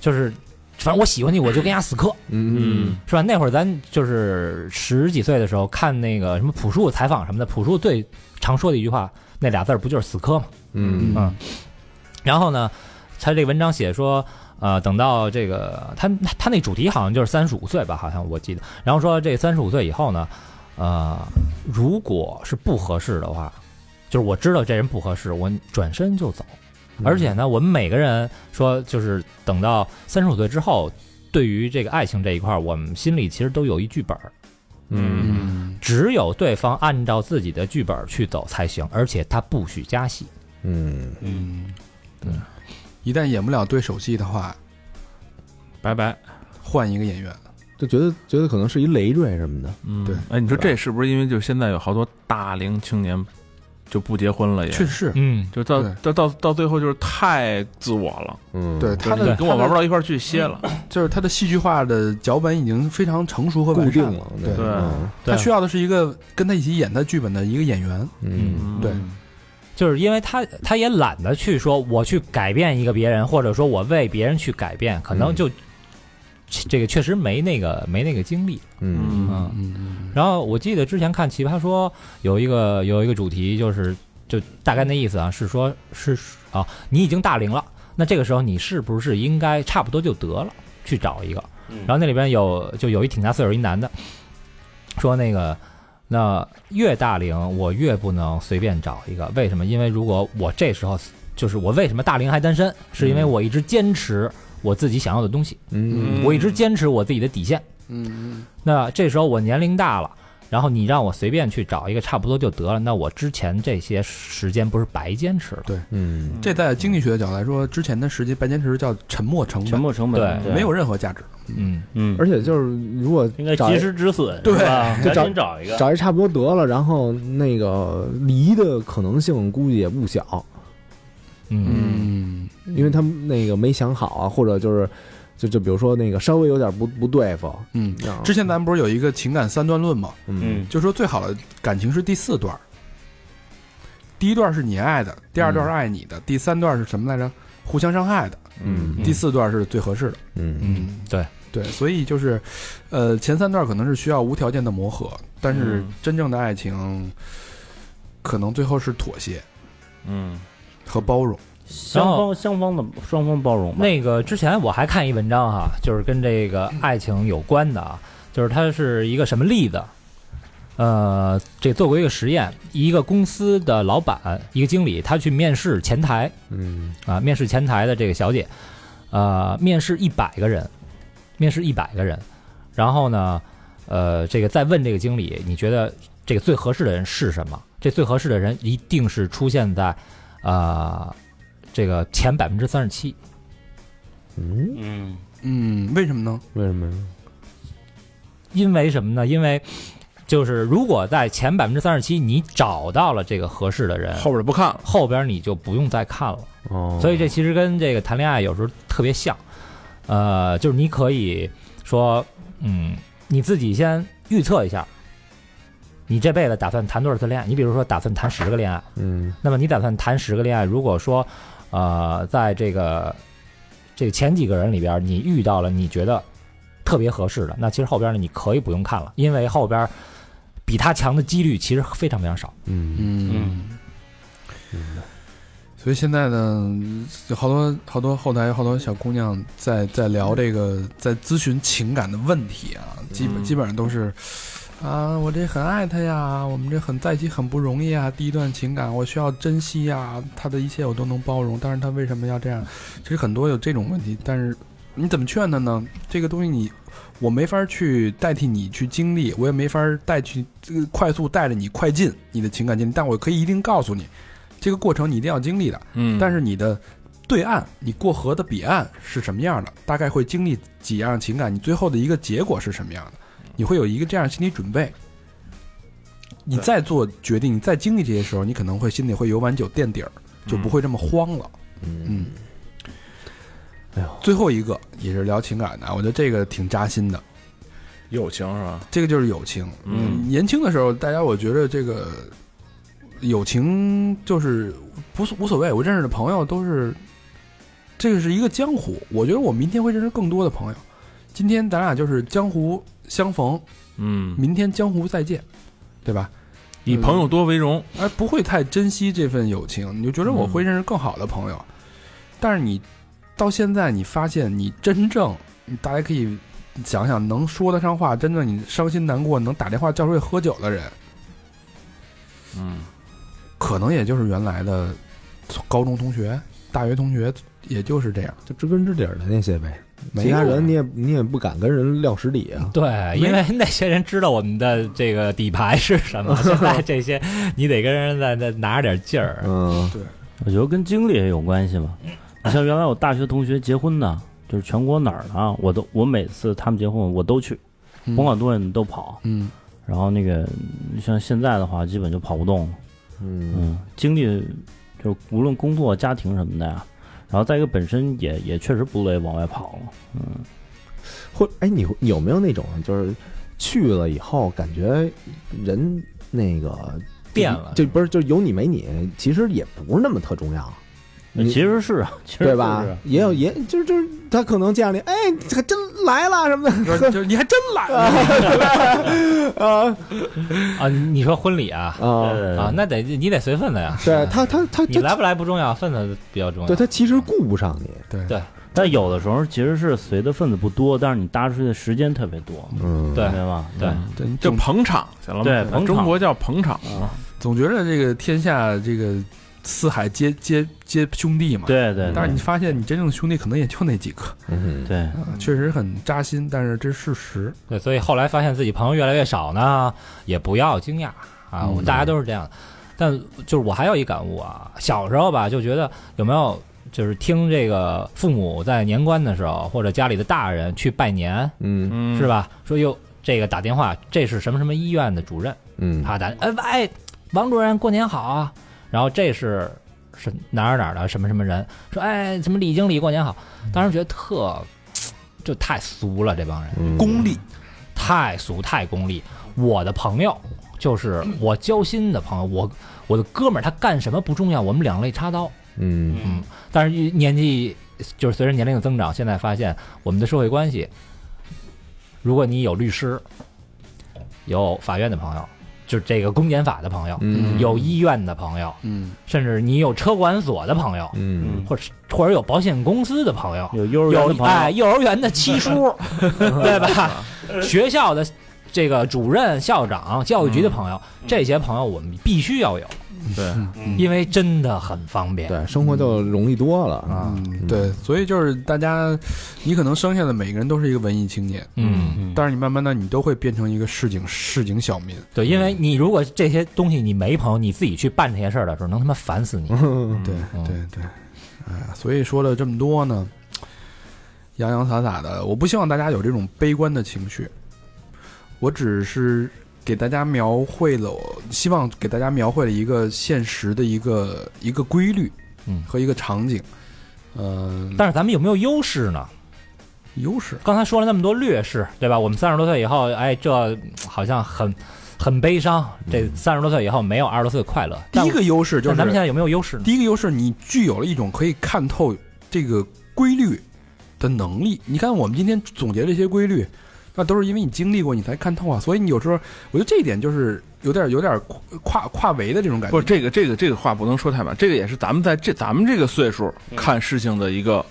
就是反正我喜欢你，我就跟人家死磕，嗯嗯是吧？那会儿咱就是十几岁的时候看那个什么朴树采访什么的，朴树最常说的一句话，那俩字儿不就是死磕吗？嗯嗯啊然后呢，他这个文章写说，呃，等到这个他他那主题好像就是三十五岁吧，好像我记得。然后说这三十五岁以后呢，呃，如果是不合适的话，就是我知道这人不合适，我转身就走。嗯而且呢，我们每个人说，就是等到三十五岁之后，对于这个爱情这一块儿，我们心里其实都有一剧本儿，嗯嗯只有对方按照自己的剧本儿去走才行，而且他不许加戏。嗯嗯，对，一旦演不了对手戏的话，拜拜。换一个演员。就觉得觉得可能是一累赘什么的，嗯对哎，你说这是不是因为就现在有好多大龄青年就不结婚了也？确实是，嗯，就到对到到到最后就是太自我了，嗯，对就他是你的跟我玩不到，到一块儿去歇了。就是他的戏剧化的脚本已经非常成熟和固完定善了，对，对嗯对他需要的是一个跟他一起演他剧本的一个演员。嗯嗯对就是因为他他也懒得去说我去改变一个别人，或者说我为别人去改变，可能就、这个确实没那个没那个精力。嗯嗯嗯嗯然后我记得之前看《奇葩说》有一个有一个主题，就是就大概那意思啊，是说是啊，你已经大龄了，那这个时候你是不是应该差不多就得了，去找一个？嗯然后那里边有就有一挺大岁数一男的，说那个那越大龄我越不能随便找一个，为什么？因为如果我这时候就是我为什么大龄还单身，是因为我一直坚持我自己想要的东西，嗯我一直坚持我自己的底线。嗯那这时候我年龄大了，然后你让我随便去找一个差不多就得了，那我之前这些时间不是白坚持了？嗯，这在经济学的角度来说，之前的时间白坚持叫沉没成本，沉没成本对没有，任何价值。嗯，嗯，而且就是如果应该找一及时止损，对是吧？就赶找紧找一个，找一差不多得了，然后那个离的可能性估计也不小，嗯嗯，因为他们那个没想好啊，或者就是就就比如说那个稍微有点不不对付，嗯，啊之前咱们不是有一个情感三段论吗？嗯嗯就说最好的感情是第四段儿，第一段是你爱的，第二段是爱你的，第三段是什么来着？互相伤害的，嗯第四段是最合适的。嗯嗯，对，对，所以就是，呃，前三段可能是需要无条件的磨合，但是嗯真正的爱情，可能最后是妥协嗯，和包容。双方双方的双方包容吧，那个之前我还看一文章哈，就是跟这个爱情有关的啊，就是它是一个什么例子？呃，这做过一个实验，一个公司的老板，一个经理，他去面试前台嗯啊，面试前台的这个小姐，呃，面试一百个人，面试一百个人，然后呢，呃，这个再问这个经理，你觉得这个最合适的人是什么？这最合适的人一定是出现在，呃，这个前百分之三十七。嗯，嗯嗯，为什么呢？为什么呀？因为什么呢？因为就是如果在前百分之三十七你找到了这个合适的人，后边不看了。后边你就不用再看了。哦，所以这其实跟这个谈恋爱有时候特别像，呃，就是你可以说，嗯，你自己先预测一下，你这辈子打算谈多少次恋爱？你比如说打算谈十个恋爱，嗯那么你打算谈十个恋爱，如果说，呃，在这个这前几个人里边，你遇到了你觉得特别合适的，那其实后边呢你可以不用看了，因为后边比他强的几率其实非常非常少。嗯嗯，所以现在呢，有好多好多后台有好多小姑娘在在聊这个，在咨询情感的问题啊，基本基本上都是。啊，我这很爱他呀，我们这很在一起很不容易啊，第一段情感我需要珍惜呀，他的一切我都能包容，但是他为什么要这样？其实很多有这种问题，但是你怎么劝他呢？这个东西你我没法去代替你去经历，我也没法带去这个快速带着你快进你的情感经历，但我可以一定告诉你，这个过程你一定要经历的。嗯但是你的对岸，你过河的彼岸是什么样的？大概会经历几样情感？你最后的一个结果是什么样的？嗯你会有一个这样心理准备。你再做决定，你再经历这些时候，你可能会心里会有碗酒垫底儿，就不会这么慌了。嗯嗯，哎呦最后一个也是聊情感的，我觉得这个挺扎心的。嗯友情是吧？这个就是友情。嗯，年轻的时候，大家我觉得这个友情就是不所无所谓。我认识的朋友都是，这个是一个江湖。我觉得我明天会认识更多的朋友。今天咱俩就是江湖相逢，嗯，明天江湖再见，对吧？以朋友多为荣。而不会太珍惜这份友情，你就觉得我会认识更好的朋友。但是你到现在，你发现你真正，你大家可以想想，能说得上话，真正你伤心难过能打电话叫出去喝酒的人，嗯，可能也就是原来的高中同学、大学同学，也就是这样。就知根知底儿的那些呗，没其他有人你也你也不敢跟人撂实底啊。对，因为那些人知道我们的这个底牌是什么，现在这些你得跟人再再拿着点劲儿。嗯，我觉得跟经历也有关系吧。你像原来我大学同学结婚的，就是全国哪儿的啊，我都我每次他们结婚我都去，嗯甭管多远都跑。嗯，然后那个像现在的话，基本就跑不动了。嗯嗯，经历就无论工作、家庭什么的呀，然后再一个本身也也确实不乐意往外跑了。或哎，你你有没有那种就是去了以后感觉人那个变了就不是就有你没你，其实也不是那么特重要。你其实是啊，其实对吧是？也有也就是就是他可能见着你，哎，你还真来了什么的，就是就是你还真来了，啊啊，你你说婚礼啊 啊，呃啊，那得你得随份子呀，对他他他你他，来不来不重要，份子比较重要。对他其实顾不上你，但有的时候其实是随的份子不多，但是你搭出去的时间特别多，嗯，对明白吗？对对，就嗯总捧场，行了对吗？捧场中国叫捧场，嗯总觉得这个天下这个四海皆皆皆兄弟嘛。对对，但是你发现，你真正的兄弟可能也就那几个，嗯对啊确实很扎心，但是这是事实。对，所以后来发现自己朋友越来越少呢，也不要惊讶啊，我大家都是这样的。但就是我还有一感悟啊，小时候吧就觉得有没有就是听这个父母在年关的时候，或者家里的大人去拜年，嗯嗯是？吧？说哟，这个打电话，这是什么什么医院的主任，嗯他打，哎哎，王主任过年好啊，然后这是是哪儿哪儿的什么什么人，说哎什么李经理过年好，当时觉得特就太俗了，这帮人。嗯功利，太俗太功利。我的朋友就是我交心的朋友，我我的哥们儿，他干什么不重要，我们两肋插刀。嗯嗯，但是年纪就是随着年龄的增长，现在发现我们的社会关系，如果你有律师，有法院的朋友，就是这个公检法的朋友，嗯有医院的朋友，嗯，甚至你有车管所的朋友，嗯或者是或者有保险公司的朋友，有幼儿园的有朋哎，友，幼儿园的七 叔，对吧？嗯学校的这个主任、校长、教育局的朋友，嗯这些朋友我们必须要有，对，因为真的很方便。对，生活就容易多了啊，嗯，对，所以就是大家，你可能生下来每个人都是一个文艺青年，嗯，嗯，但是你慢慢的你都会变成一个市井市井小民。对，因为你如果这些东西你没朋友，你自己去办这些事儿的时候，能他妈烦死你。对嗯对对，哎呀，所以说了这么多呢，洋洋洒洒的，我不希望大家有这种悲观的情绪，我只是给大家描绘了我，希望给大家描绘了一个现实的一个一个规律，嗯和一个场景，嗯、但是咱们有没有优势呢？优势，刚才说了那么多劣势，对吧？我们三十多岁以后，哎，这好像很很悲伤。这三十多岁以后没有二十多岁的快乐。第但一个优势就但咱们现是在有没有优势呢？第一个优势，你具有了一种可以看透这个规律的能力。你看，我们今天总结这些规律，那都是因为你经历过，你才看透啊。所以你有时候，我觉得这一点就是有点有点跨跨维的这种感觉。不，这个这个这个话不能说太满，这个也是咱们在这咱们这个岁数看事情的一个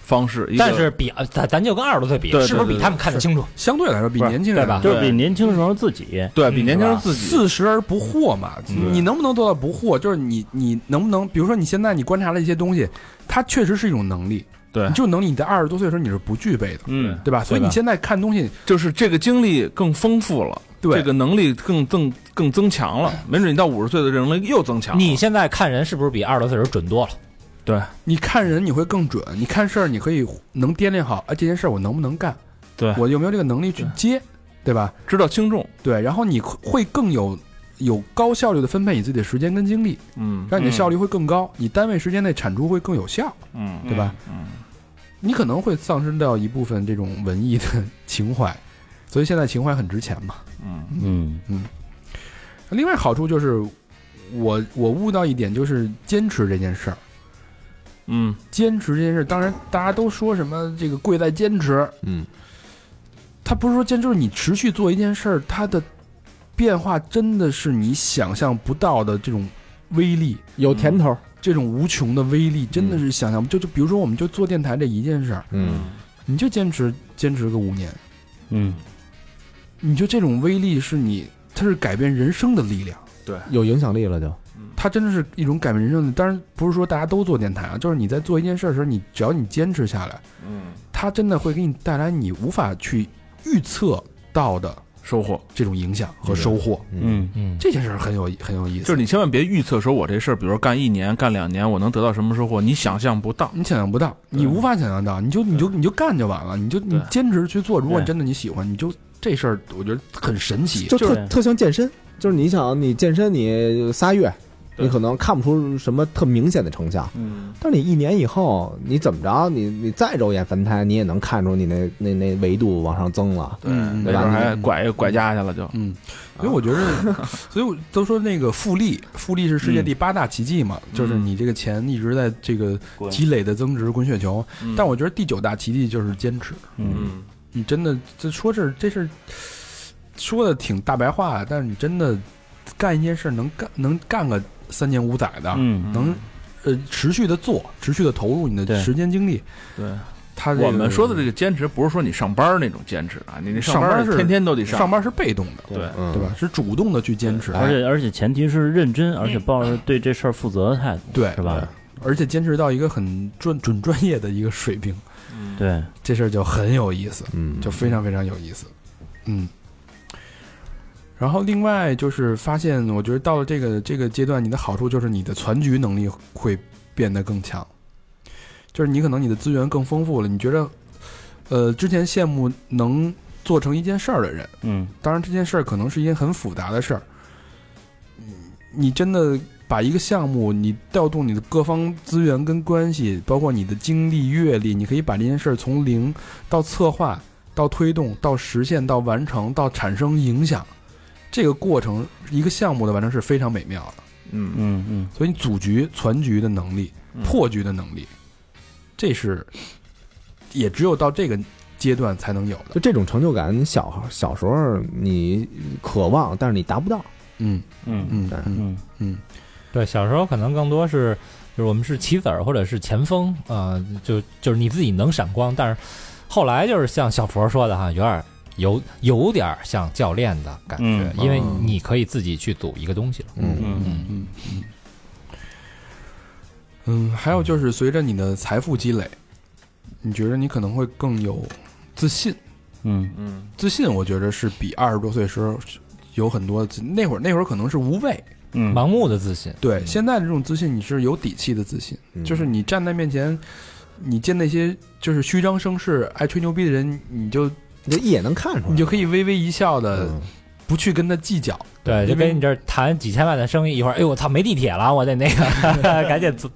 方式。一个但是比呃咱咱就跟二十多岁比对，对是不是比对他们看得清楚？相对来说，比不是年轻人对吧就是比年轻时候自己，对嗯比年轻人自己，四十而不惑嘛，嗯你能不能做到不惑？就是你你能不能，比如说你现在你观察了一些东西，它确实是一种能力，对你，这种能力你在二十多岁的时候你是不具备的，嗯，对吧？所以你对吧现在看东西，就是这个经历更丰富了，对这个能力更更更增强了，没准你到五十岁的这种能力又增强了。你现在看人是不是比二十多岁时候准多了？你看人你会更准，你看事儿你可以能掂量好，哎，这件事儿我能不能干？对我有没有这个能力去接，对吧？知道轻重，对，然后你会更有有高效率的分配你自己的时间跟精力，嗯，让你的效率会更高，你单位时间内产出会更有效，嗯，对吧？嗯，你可能会丧失掉一部分这种文艺的 情怀，所以现在情怀很值钱嘛。嗯嗯，另外好处就是我我悟到一点，就是坚持这件事儿。嗯坚持这件事，当然大家都说什么这个贵在坚持，嗯，它不是说坚持，就是你持续做一件事儿，它的变化真的是你想象不到的这种威力，有甜头，这种无穷的威力，真的是想象不就就比如说我们就做电台这一件事儿，嗯你就坚持坚持个五年，嗯，你就这种威力是你它是改变人生的力量。有影响力了就，它真的是一种改变人生的，当然不是说大家都做电台啊，就是你在做一件事儿的时候，你只要你坚持下来，嗯，它真的会给你带来你无法去预测到的收获这种影响和收获。嗯嗯，这件事儿很有很有意思，就是你千万别预测说我这事儿，比如说干一年、干两年，我能得到什么收获，你想象不到。你想象不到，你无法想象到，你就你就你就干就完了，你就你坚持去做。如果你真的你喜欢，你就这事儿，我觉得很神奇。就就是特特像健身，就是你想你健身你仨月，对你可能看不出什么特明显的成效。嗯，但是你一年以后，你怎么着，你你再揉眼凡胎，你也能看出你那那那维度往上增了。对，嗯没准还拐拐家去了就。嗯，所以我觉得，所以我都说那个复利，复利是世界第八大奇迹嘛，就是你这个钱一直在这个滚积累的增值滚雪球。嗯但我觉得第九大奇迹就是坚持。嗯，你真的这说这这事儿说的挺大白话，但是你真的干一件事儿能干能干个三年五载的，嗯能呃持续的做，持续的投入你的对时间精力。对，他、我们说的这个坚持，不是说你上班那种坚持啊，你那上班班是天天都得上班是被动的，对，嗯，对吧？是主动的去坚持，而且而且前提是认真，而且抱着对这事儿负责的态度，对是？吧？而且坚持到一个很专准专业的一个水平，对，这事儿就很有意思，嗯，就非常非常有意思，嗯。然后另外就是发现，我觉得到了这个这个阶段，你的好处就是你的攒局能力会变得更强，就是你可能你的资源更丰富了。你觉得，呃，之前羡慕能做成一件事儿的人，嗯当然这件事儿可能是一件很复杂的事儿，嗯你你真的把一个项目，你调动你的各方资源跟关系，包括你的经历、阅历，你可以把这件事儿从零到策划、到推动、到实现、到完成、到产生影响，这个过程一个项目的完成是非常美妙的。嗯，嗯嗯，所以你组局、攒局的能力、破局的能力，这是也只有到这个阶段才能有的。就这种成就感，你小小时候你渴望，但是你达不到。嗯嗯嗯嗯嗯嗯对，小时候可能更多是就是我们是棋子儿或者是前锋，呃，就就是你自己能闪光，但是后来就是像小佛说的哈，有点儿有有点儿像教练的感觉，嗯因为嗯你可以自己去组一个东西了。嗯嗯嗯嗯，嗯嗯，还有就是随着你的财富积累，你觉得你可能会更有自信。嗯自信，我觉得是比二十多岁时候有很多的自那会儿那会儿可能是无畏，嗯，盲目的自信，对，现在这种自信你是有底气的自信，嗯就是你站在面前，你见那些就是虚张声势、爱吹牛逼的人，你就你就一眼能看出来，你就可以微微一笑的，嗯不去跟他计较。对，就因为跟你这儿谈几千万的生意，一会儿，哎呦我操，没地铁了，我得那 个赶紧走，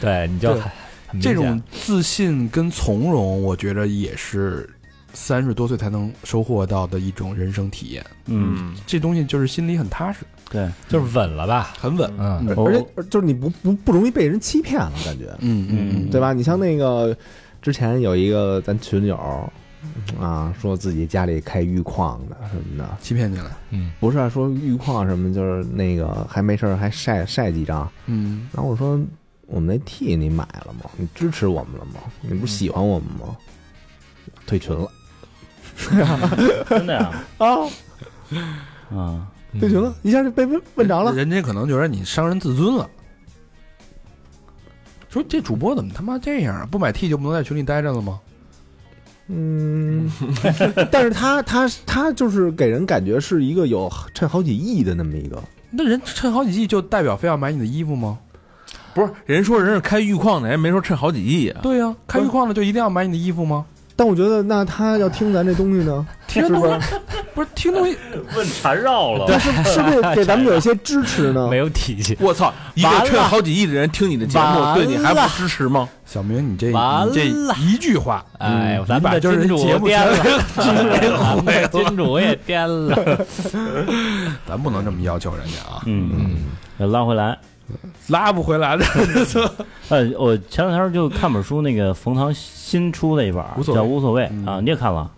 对，你就对很很明这种显自信跟从容，我觉着也是三十多岁才能收获到的一种人生体验。嗯，这东西就是心里很踏实，对，哦就是稳了吧，很稳。嗯，嗯而且就是你不不不容易被人欺骗了，感觉嗯嗯对吧？你像那个之前有一个咱群友啊，说自己家里开玉矿的什么的，欺骗你了。不是啊、说玉矿什么，就是那个还没事儿还晒晒几张，嗯然后我说我们那 T 你买了吗？你支持我们了吗？你不是喜欢我们吗？退群了真的呀，啊，啊，嗯退群了，一下就被问问着了。人家可能觉得你伤人自尊了，说这主播怎么他妈这样啊？不买 T 就不能在群里待着了吗？嗯， 但是他他他就是给人感觉是一个有趁好几亿的那么一个，那人趁好几亿就代表非要买你的衣服吗？不是，人说人是开玉矿的，人没说趁好几亿啊。对呀、开玉矿的就一定要买你的衣服吗？但我觉得那他要听咱这东西呢，听是东不西是不是听东西， 问缠绕了，是 不是是不是给咱们有一些支持呢嗯没？有底气，我操！一个完了趁好几亿的人听你的节目，完对你还了不支持吗？小明你这完嗯你了这一句话，哎呦，咱你们把的就是金主节目颠全了， 咱们的金主也颠了，咱不能这么要求人家啊，嗯，拉回来。拉不回来的。呃，我前两天就看本书，那个冯唐新出的一本儿，无所谓嗯叫《无所谓》啊，你也看了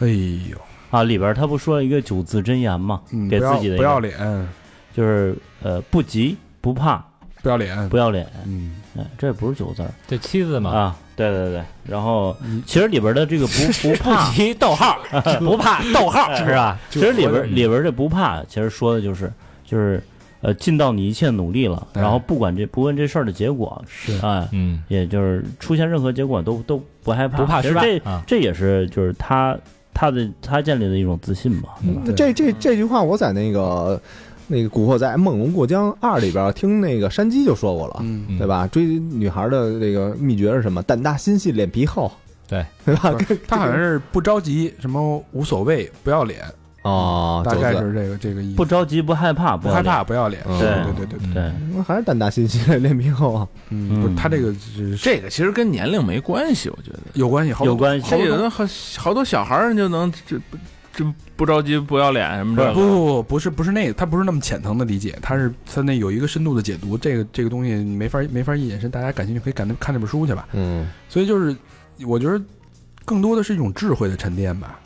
哎呦，啊？里边儿他不说一个九字真言吗？嗯，给不自要己的一不个要脸，就是呃，不急不怕不要脸，不要脸，嗯，哎，这不是九个字儿这妻子嘛，啊。对对对，然后嗯其实里边儿的这 个不不不怕，急逗号，不怕逗号，是吧？其实里边儿就里边儿这不怕，其实说的就是就是呃，尽到你一切努力了，哎然后不管这不问这事儿的结果，是哎，嗯，也就是出现任何结果都都不害怕，不怕其实失败这啊这也是就是他他的他建立的一种自信嘛，嗯对吧？对这这这句话我在那个那个《古惑仔·梦龙过江二》里边听那个山鸡就说过了，嗯，对吧？追女孩的这个秘诀是什么？胆大心细，脸皮厚，对对吧？他好像是不着急，什么无所谓，不要脸，哦，大概九字是这个这个意思。啊不着急，不害怕，不要害脸。怕，不要脸。嗯对对对对对，对，那还是胆大心细练皮厚啊。嗯，不是他这个是 这个其实跟年龄没关系，我觉得。有关系，好有关系。这有的好好多小孩儿人就能这不这不着急不要脸什么不的。不不不是不是那个，他不是那么浅层的理解，他是他那有一个深度的解读，这个这个东西没法没法一眼深，大家感兴趣可以赶紧看那本书去吧。嗯，所以就是我觉得更多的是一种智慧的沉淀吧，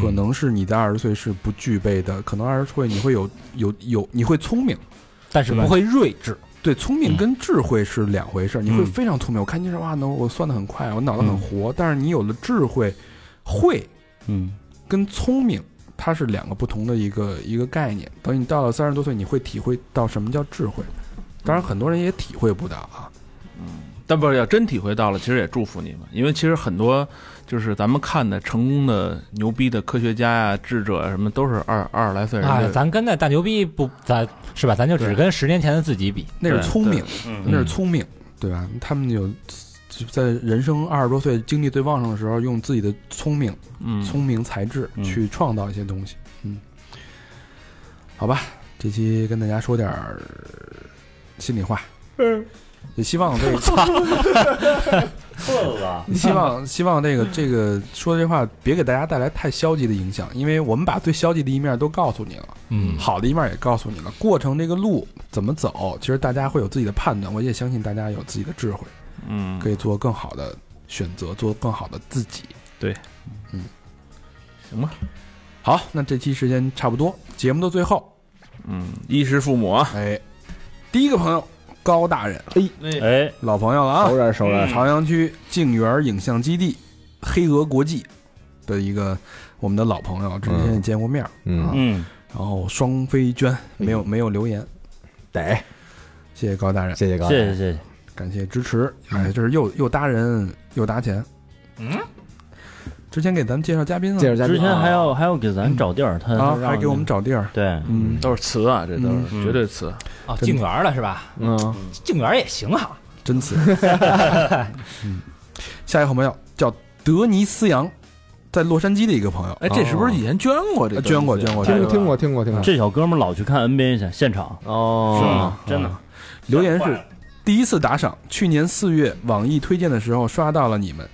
可能是你在二十岁是不具备的，可能二十岁你会有有有你会聪明，但是不会睿智。对，聪明跟智慧是两回事儿。你会非常聪明，我看你说哇，那我算的很快，我脑子很活。但是你有了智慧，会嗯，跟聪明它是两个不同的一个一个概念。等你到了三十多岁，你会体会到什么叫智慧。当然，很多人也体会不到啊。但不是要真体会到了，其实也祝福你们，因为其实很多就是咱们看的成功的牛逼的科学家呀、智者啊什么，都是二二十来岁人啊，的。咱跟那大牛逼不，咱是吧？咱就只跟十年前的自己比。那是聪明，嗯那是聪明，对吧？他们有就在人生二十多岁精力最旺盛的时候，用自己的聪明嗯，聪明才智嗯去创造一些东西。嗯，好吧，这期跟大家说点儿心里话。嗯，也希望这 个，困了。 希望希望这个这个说这话别给大家带来太消极的影响，因为我们把最消极的一面都告诉你了，嗯，好的一面也告诉你了。过程这个路怎么走，其实大家会有自己的判断，我也相信大家有自己的智慧，嗯，可以做更好的选择，做更好的自己。嗯行吧。好，那这期时间差不多，节目的最后，嗯，衣食父母啊，哎，第一个朋友高大人，哎，老朋友了啊熟，点熟点，朝阳区静园影像基地黑鹅国际的一个我们的老朋友，之前也见过面儿，嗯，嗯，然后双飞娟没嗯有没有留言，得谢谢高大人，谢谢高谢谢谢谢。感谢支持，哎，这是又又搭人又搭钱，嗯，之前给咱们介绍嘉宾介了绍嘉之宾前还啊要还要给咱找地儿，他啊嗯让，还给我们找地儿，对，嗯，都是词啊，这都是、嗯绝对词。哦，静园了是吧？嗯静园也行啊。真次。 嗯，下一个好朋友叫德尼斯杨，在洛杉矶的一个朋友，哎，这是不是以前捐过这呃个？啊捐过捐过对听吧哎听过听过听过这小哥们儿老去看 NBA 去现场，哦，真的留言是第一次打赏，去年四月网易推荐的时候刷到了你们。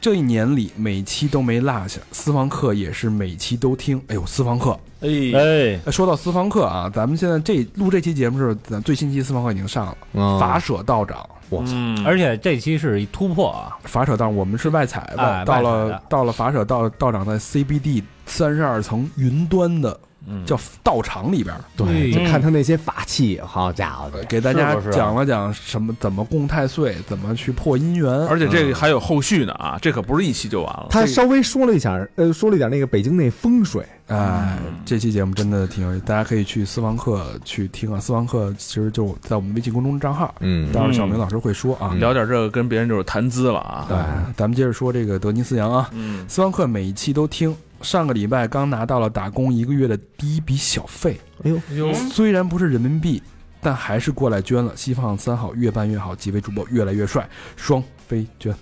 这一年里，每期都没落下，私房课也是每期都听。哎呦，私房课！哎，哎，哎说到私房课啊，咱们现在这录这期节目是咱最新期私房课已经上了，嗯法舍道长，嗯，而且这期是一突破啊，法舍道我们是外采的，哎到外采了的到了法舍道道长在 CBD 三十二层云端的嗯叫道场里边儿，对，就嗯看他那些法器，好家伙的，给大家是不是啊讲了讲什么怎么供太岁，怎么去破姻缘，而且这个还有后续呢啊，这可不是一期就完了。他稍微说了一下，呃，说了一点那个北京那风水，哎，这期节目真的挺有意思，大家可以去私房课去听啊。私房课其实就在我们微信公众账号，嗯待会儿小明老师会说啊。聊点这个跟别人就是谈资了啊。对，咱们接着说这个德尼斯杨啊，嗯，私房课每一期都听。上个礼拜刚拿到了打工一个月的第一笔小费，哎呦，虽然不是人民币，但还是过来捐了。希望三好越办越好，几位主播越来越帅，双飞捐。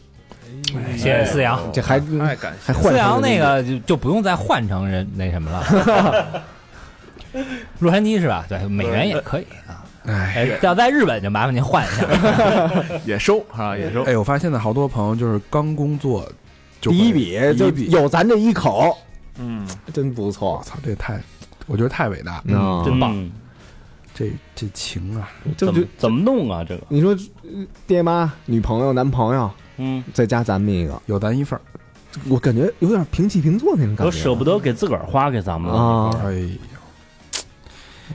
谢谢思阳。哦这还太感还谢。换上思了阳那个就就不用再换成人那什么了。洛杉矶是吧？对，美元也可以啊。哎，哎要在日本就麻烦您换一下。也收啊，也收。哎，我发现呢，好多朋友就是刚工作就第会一笔第就一笔，有咱这一口，嗯，真不我错，操，这啊太，我觉得太伟大了。嗯真棒，这这情啊，就怎么就怎么弄啊？这个，你说呃爹妈、女朋友、男朋友，嗯，再加咱们一个，有咱一份儿。我感觉有点平起平坐那种感觉，我舍不得给自个儿花给咱们了。啊哎呦，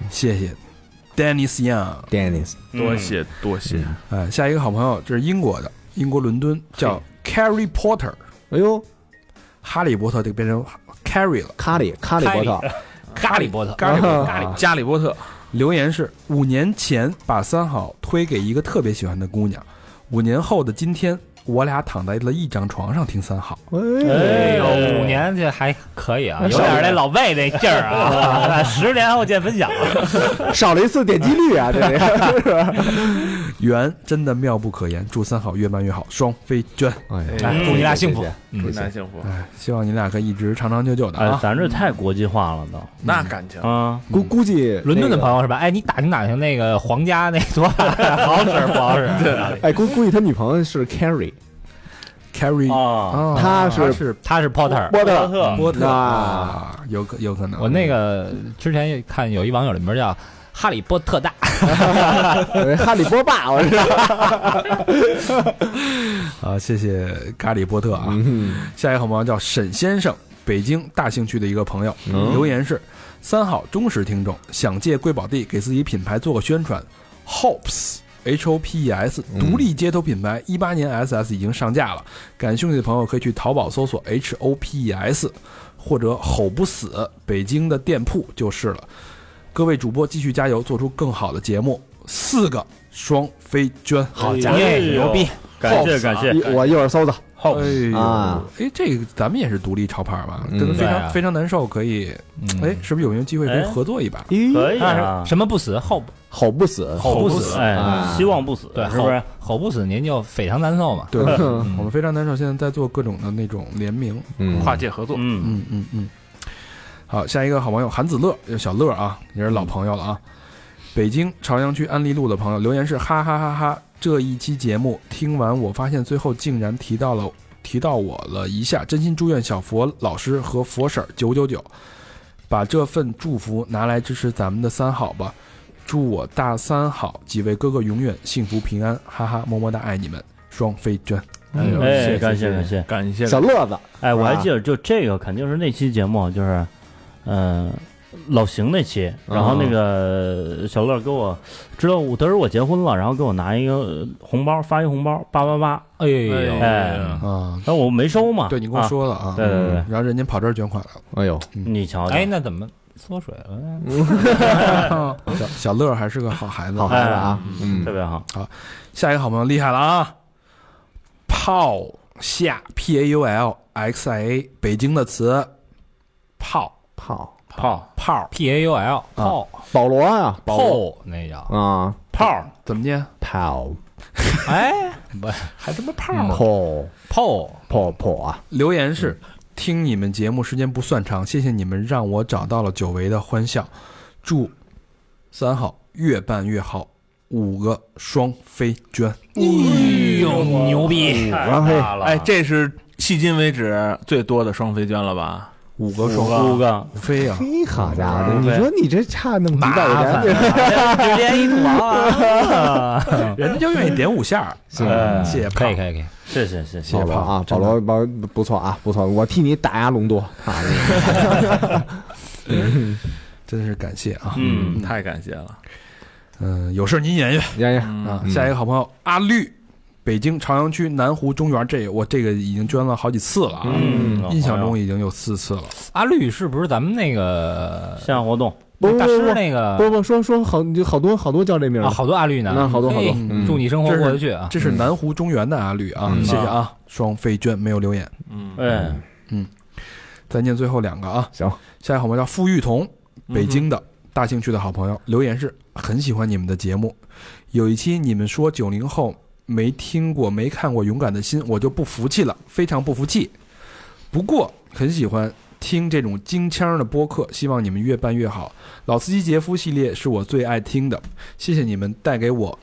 谢谢 Dennis Young。 ，Dennis，多谢多谢。哎，下一个好朋友，这是英国的，英国伦敦叫 Carrie Potter，哎呦，哈利波特就变成 Carrie 了。卡里卡里伯特，咖喱波特，咖喱啊波特加里波特，留言是：五年前把三好推给一个特别喜欢的姑娘，五年后的今天，我俩躺在了一张床上听三好。哎哎呦，五年这还可以啊，有点那老魏那劲儿 啊。十年后见分晓，少了一次点击率啊，这个缘真的妙不可言，祝三好越办越好，双飞娟。哎呀，哎祝你俩幸福谢谢。祝你俩幸嗯福。哎，希望你俩可以一直长长久久的哎，哦啊！咱这太国际化了都那感情，啊！估估计伦敦的那个朋友是吧？哎，你打听打听那个皇家那 多大好使不好使？啊哎，估估计他女朋友是 Carrie， Carry，哦啊，啊他是是他是 Potter，波波特，特波特啊啊，有可有可能。我那个之前也看有一网友的名儿叫哈利波特大，哈利波霸，我知道。啊，谢谢咖喱波特啊。嗯下一个好朋友叫沈先生，北京大兴区的一个朋友，嗯留言是：三好忠实听众，想借贵宝地给自己品牌做个宣传，Hopes。H O P E S 嗯独立街头品牌，一八年 S S 已经上架了，感兴趣的朋友可以去淘宝搜索 H O P E S，或者吼不死北京的店铺就是了。各位主播继续加油，做出更好的节目。四个双飞娟，好家伙牛逼！感谢感谢，哎一我一会儿搜搜。哎呦啊，哎，这个咱们也是独立潮牌吧？嗯真的非对啊嗯常非常难受，可以，哎，是不是有没有机会可以哎合作一把？咦，哎可以啊，什么不死，后不吼不死，吼不死，哎啊，希望不死，对，是不是？吼吼不死，您就非常难受嘛。对， 嗯我们非常难受，现在在做各种的那种联名。嗯跨界合作，嗯，嗯嗯嗯。好，下一个好朋友韩子乐，小乐啊，也是老朋友了啊。嗯北京朝阳区安利路的朋友留言是哈哈哈哈，这一期节目听完，我发现最后竟然提到了提到我了一下，真心祝愿小佛老师和佛婶儿九九九，把这份祝福拿来支持咱们的三好吧。祝我大三好几位哥哥永远幸福平安，哈哈，么么哒，爱你们，双飞娟。哎呦哎，谢感谢谢感谢，感谢小乐子，哎，我还是吧记得，就这个肯定是那期节目，就是，嗯、老邢那期，然后那个小乐给我知道我得知我结婚了，然后给我拿一个呃红包，发一红包八八八，哎呦，哎呀啊，但我没收嘛。对你跟我啊，说了啊，对对对，然后人家跑这儿捐款了。哎呦，你瞧瞧，哎，那怎么缩水了呢？小小乐还是个好孩子。好孩子啊，嗯特，别好，下一个好朋友厉害了啊！炮下 P A U L X I A 北京的词，炮炮炮炮 P A U L 炮保罗啊，保罗炮那叫啊，炮，怎么念？炮哎还他妈炮炮呢！炮炮炮啊，留言是：听你们节目时间不算长，谢谢你们让我找到了久违的欢笑。祝三好越办越好，五个双飞娟。哎呦牛太逼！然后嘿大了，哎，这是迄今为止最多的双飞娟了吧？五个五双个五个，飞啊！嘿，好家伙，嗯你对说你这差那么几百麻块烦钱，直接一股啊！人家就愿意点五下儿，哎谢谢炮可以可以可以，谢谢谢谢保罗啊，保罗保罗不错啊，不错，我替你打压隆多啊，真是感谢啊！嗯，太感谢了，嗯，有事儿您言语你看看啊。下一个好朋友阿绿，北京朝阳区南湖中园，这我这个已经捐了好几次了啊，嗯印象中已经有四次了。阿绿是不是咱们那个线下活动，不不大师不那个不不说说好，你就好多好多叫这名啊？儿，好多阿绿呢，那好多好多嘿嗯祝你生活过得去啊！这是南湖中园的阿绿啊，嗯谢谢啊，双飞娟没有留言，嗯，哎，再念最后两个啊。行，下一个好朋友叫付玉彤，北京的大兴区的好朋友，留言是很喜欢你们的节目。有一期你们说九零后没听过、没看过《勇敢的心》，我就不服气了，非常不服气。不过很喜欢听这种京腔的播客，希望你们越办越好。老司机杰夫系列是我最爱听的，谢谢你们带给我、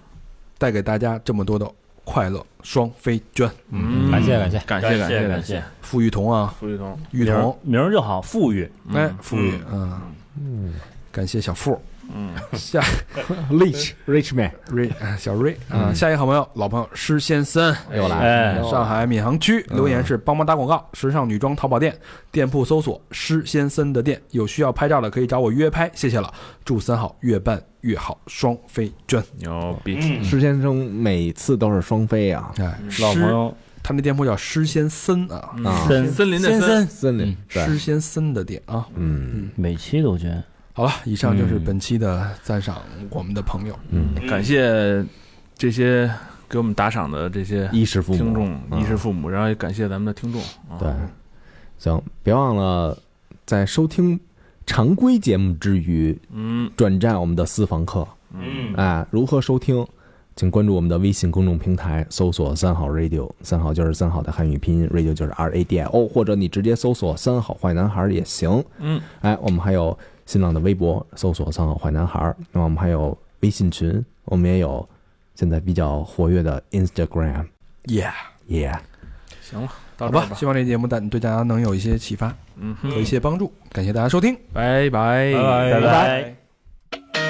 带给大家这么多的快乐。双飞娟、嗯，感谢感谢感哎感感谢感谢，付玉彤啊，付玉彤，玉名彤儿，名儿就好，富裕，哎嗯，付玉，嗯，感谢小付，嗯， 下 Rich Rich Man 瑞啊小瑞啊，下一个好朋友老朋友施先森，又来哎了，上海闵行区留言是帮忙打广告，时尚女装淘宝店店铺搜索施先森的店，有需要拍照的可以找我约拍，谢谢了，祝三好越办越好，双飞娟，牛逼，施先生每次都是双飞啊，哎，嗯老朋施友他那店铺叫施先森啊，嗯啊森，森林的嗯森，森林对，施先森的店啊，嗯每期都捐，好了，以上就是本期的赞赏我们的朋友，嗯，感谢这些给我们打赏的这些衣食父母听众，嗯衣食父母，然后也感谢咱们的听众，啊对，行，别忘了在收听常规节目之余，嗯转战我们的私房课。嗯，哎，如何收听？请关注我们的微信公众平台，搜索“三好 radio”，三好就是三好的汉语拼音，radio 就是 R A D I O，或者你直接搜索“三好坏男孩”也行。嗯，哎，我们还有新浪的微博，搜索“三好坏男孩”，那我们还有微信群，我们也有现在比较活跃的 Instagram，耶，耶、到好这儿吧，，希望这节目大对大家能有一些启发嗯哼和一些帮助，感谢大家收听。拜拜，拜拜。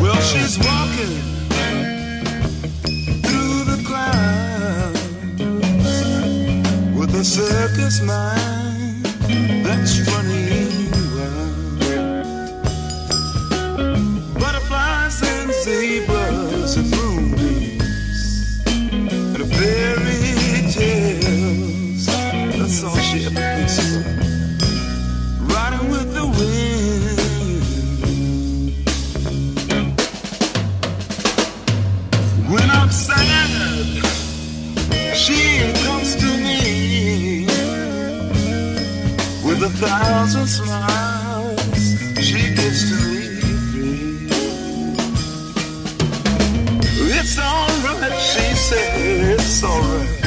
Well, she's walking through the clouds with a circus mind that's running wild. Butterflies and zebras and moonbeams and fairy tales. That's all she ever thinks about. Riding with the wind. When I'm sad, she comes to me with a thousand smiles. She gives to me free. It's alright, she said. It's alright.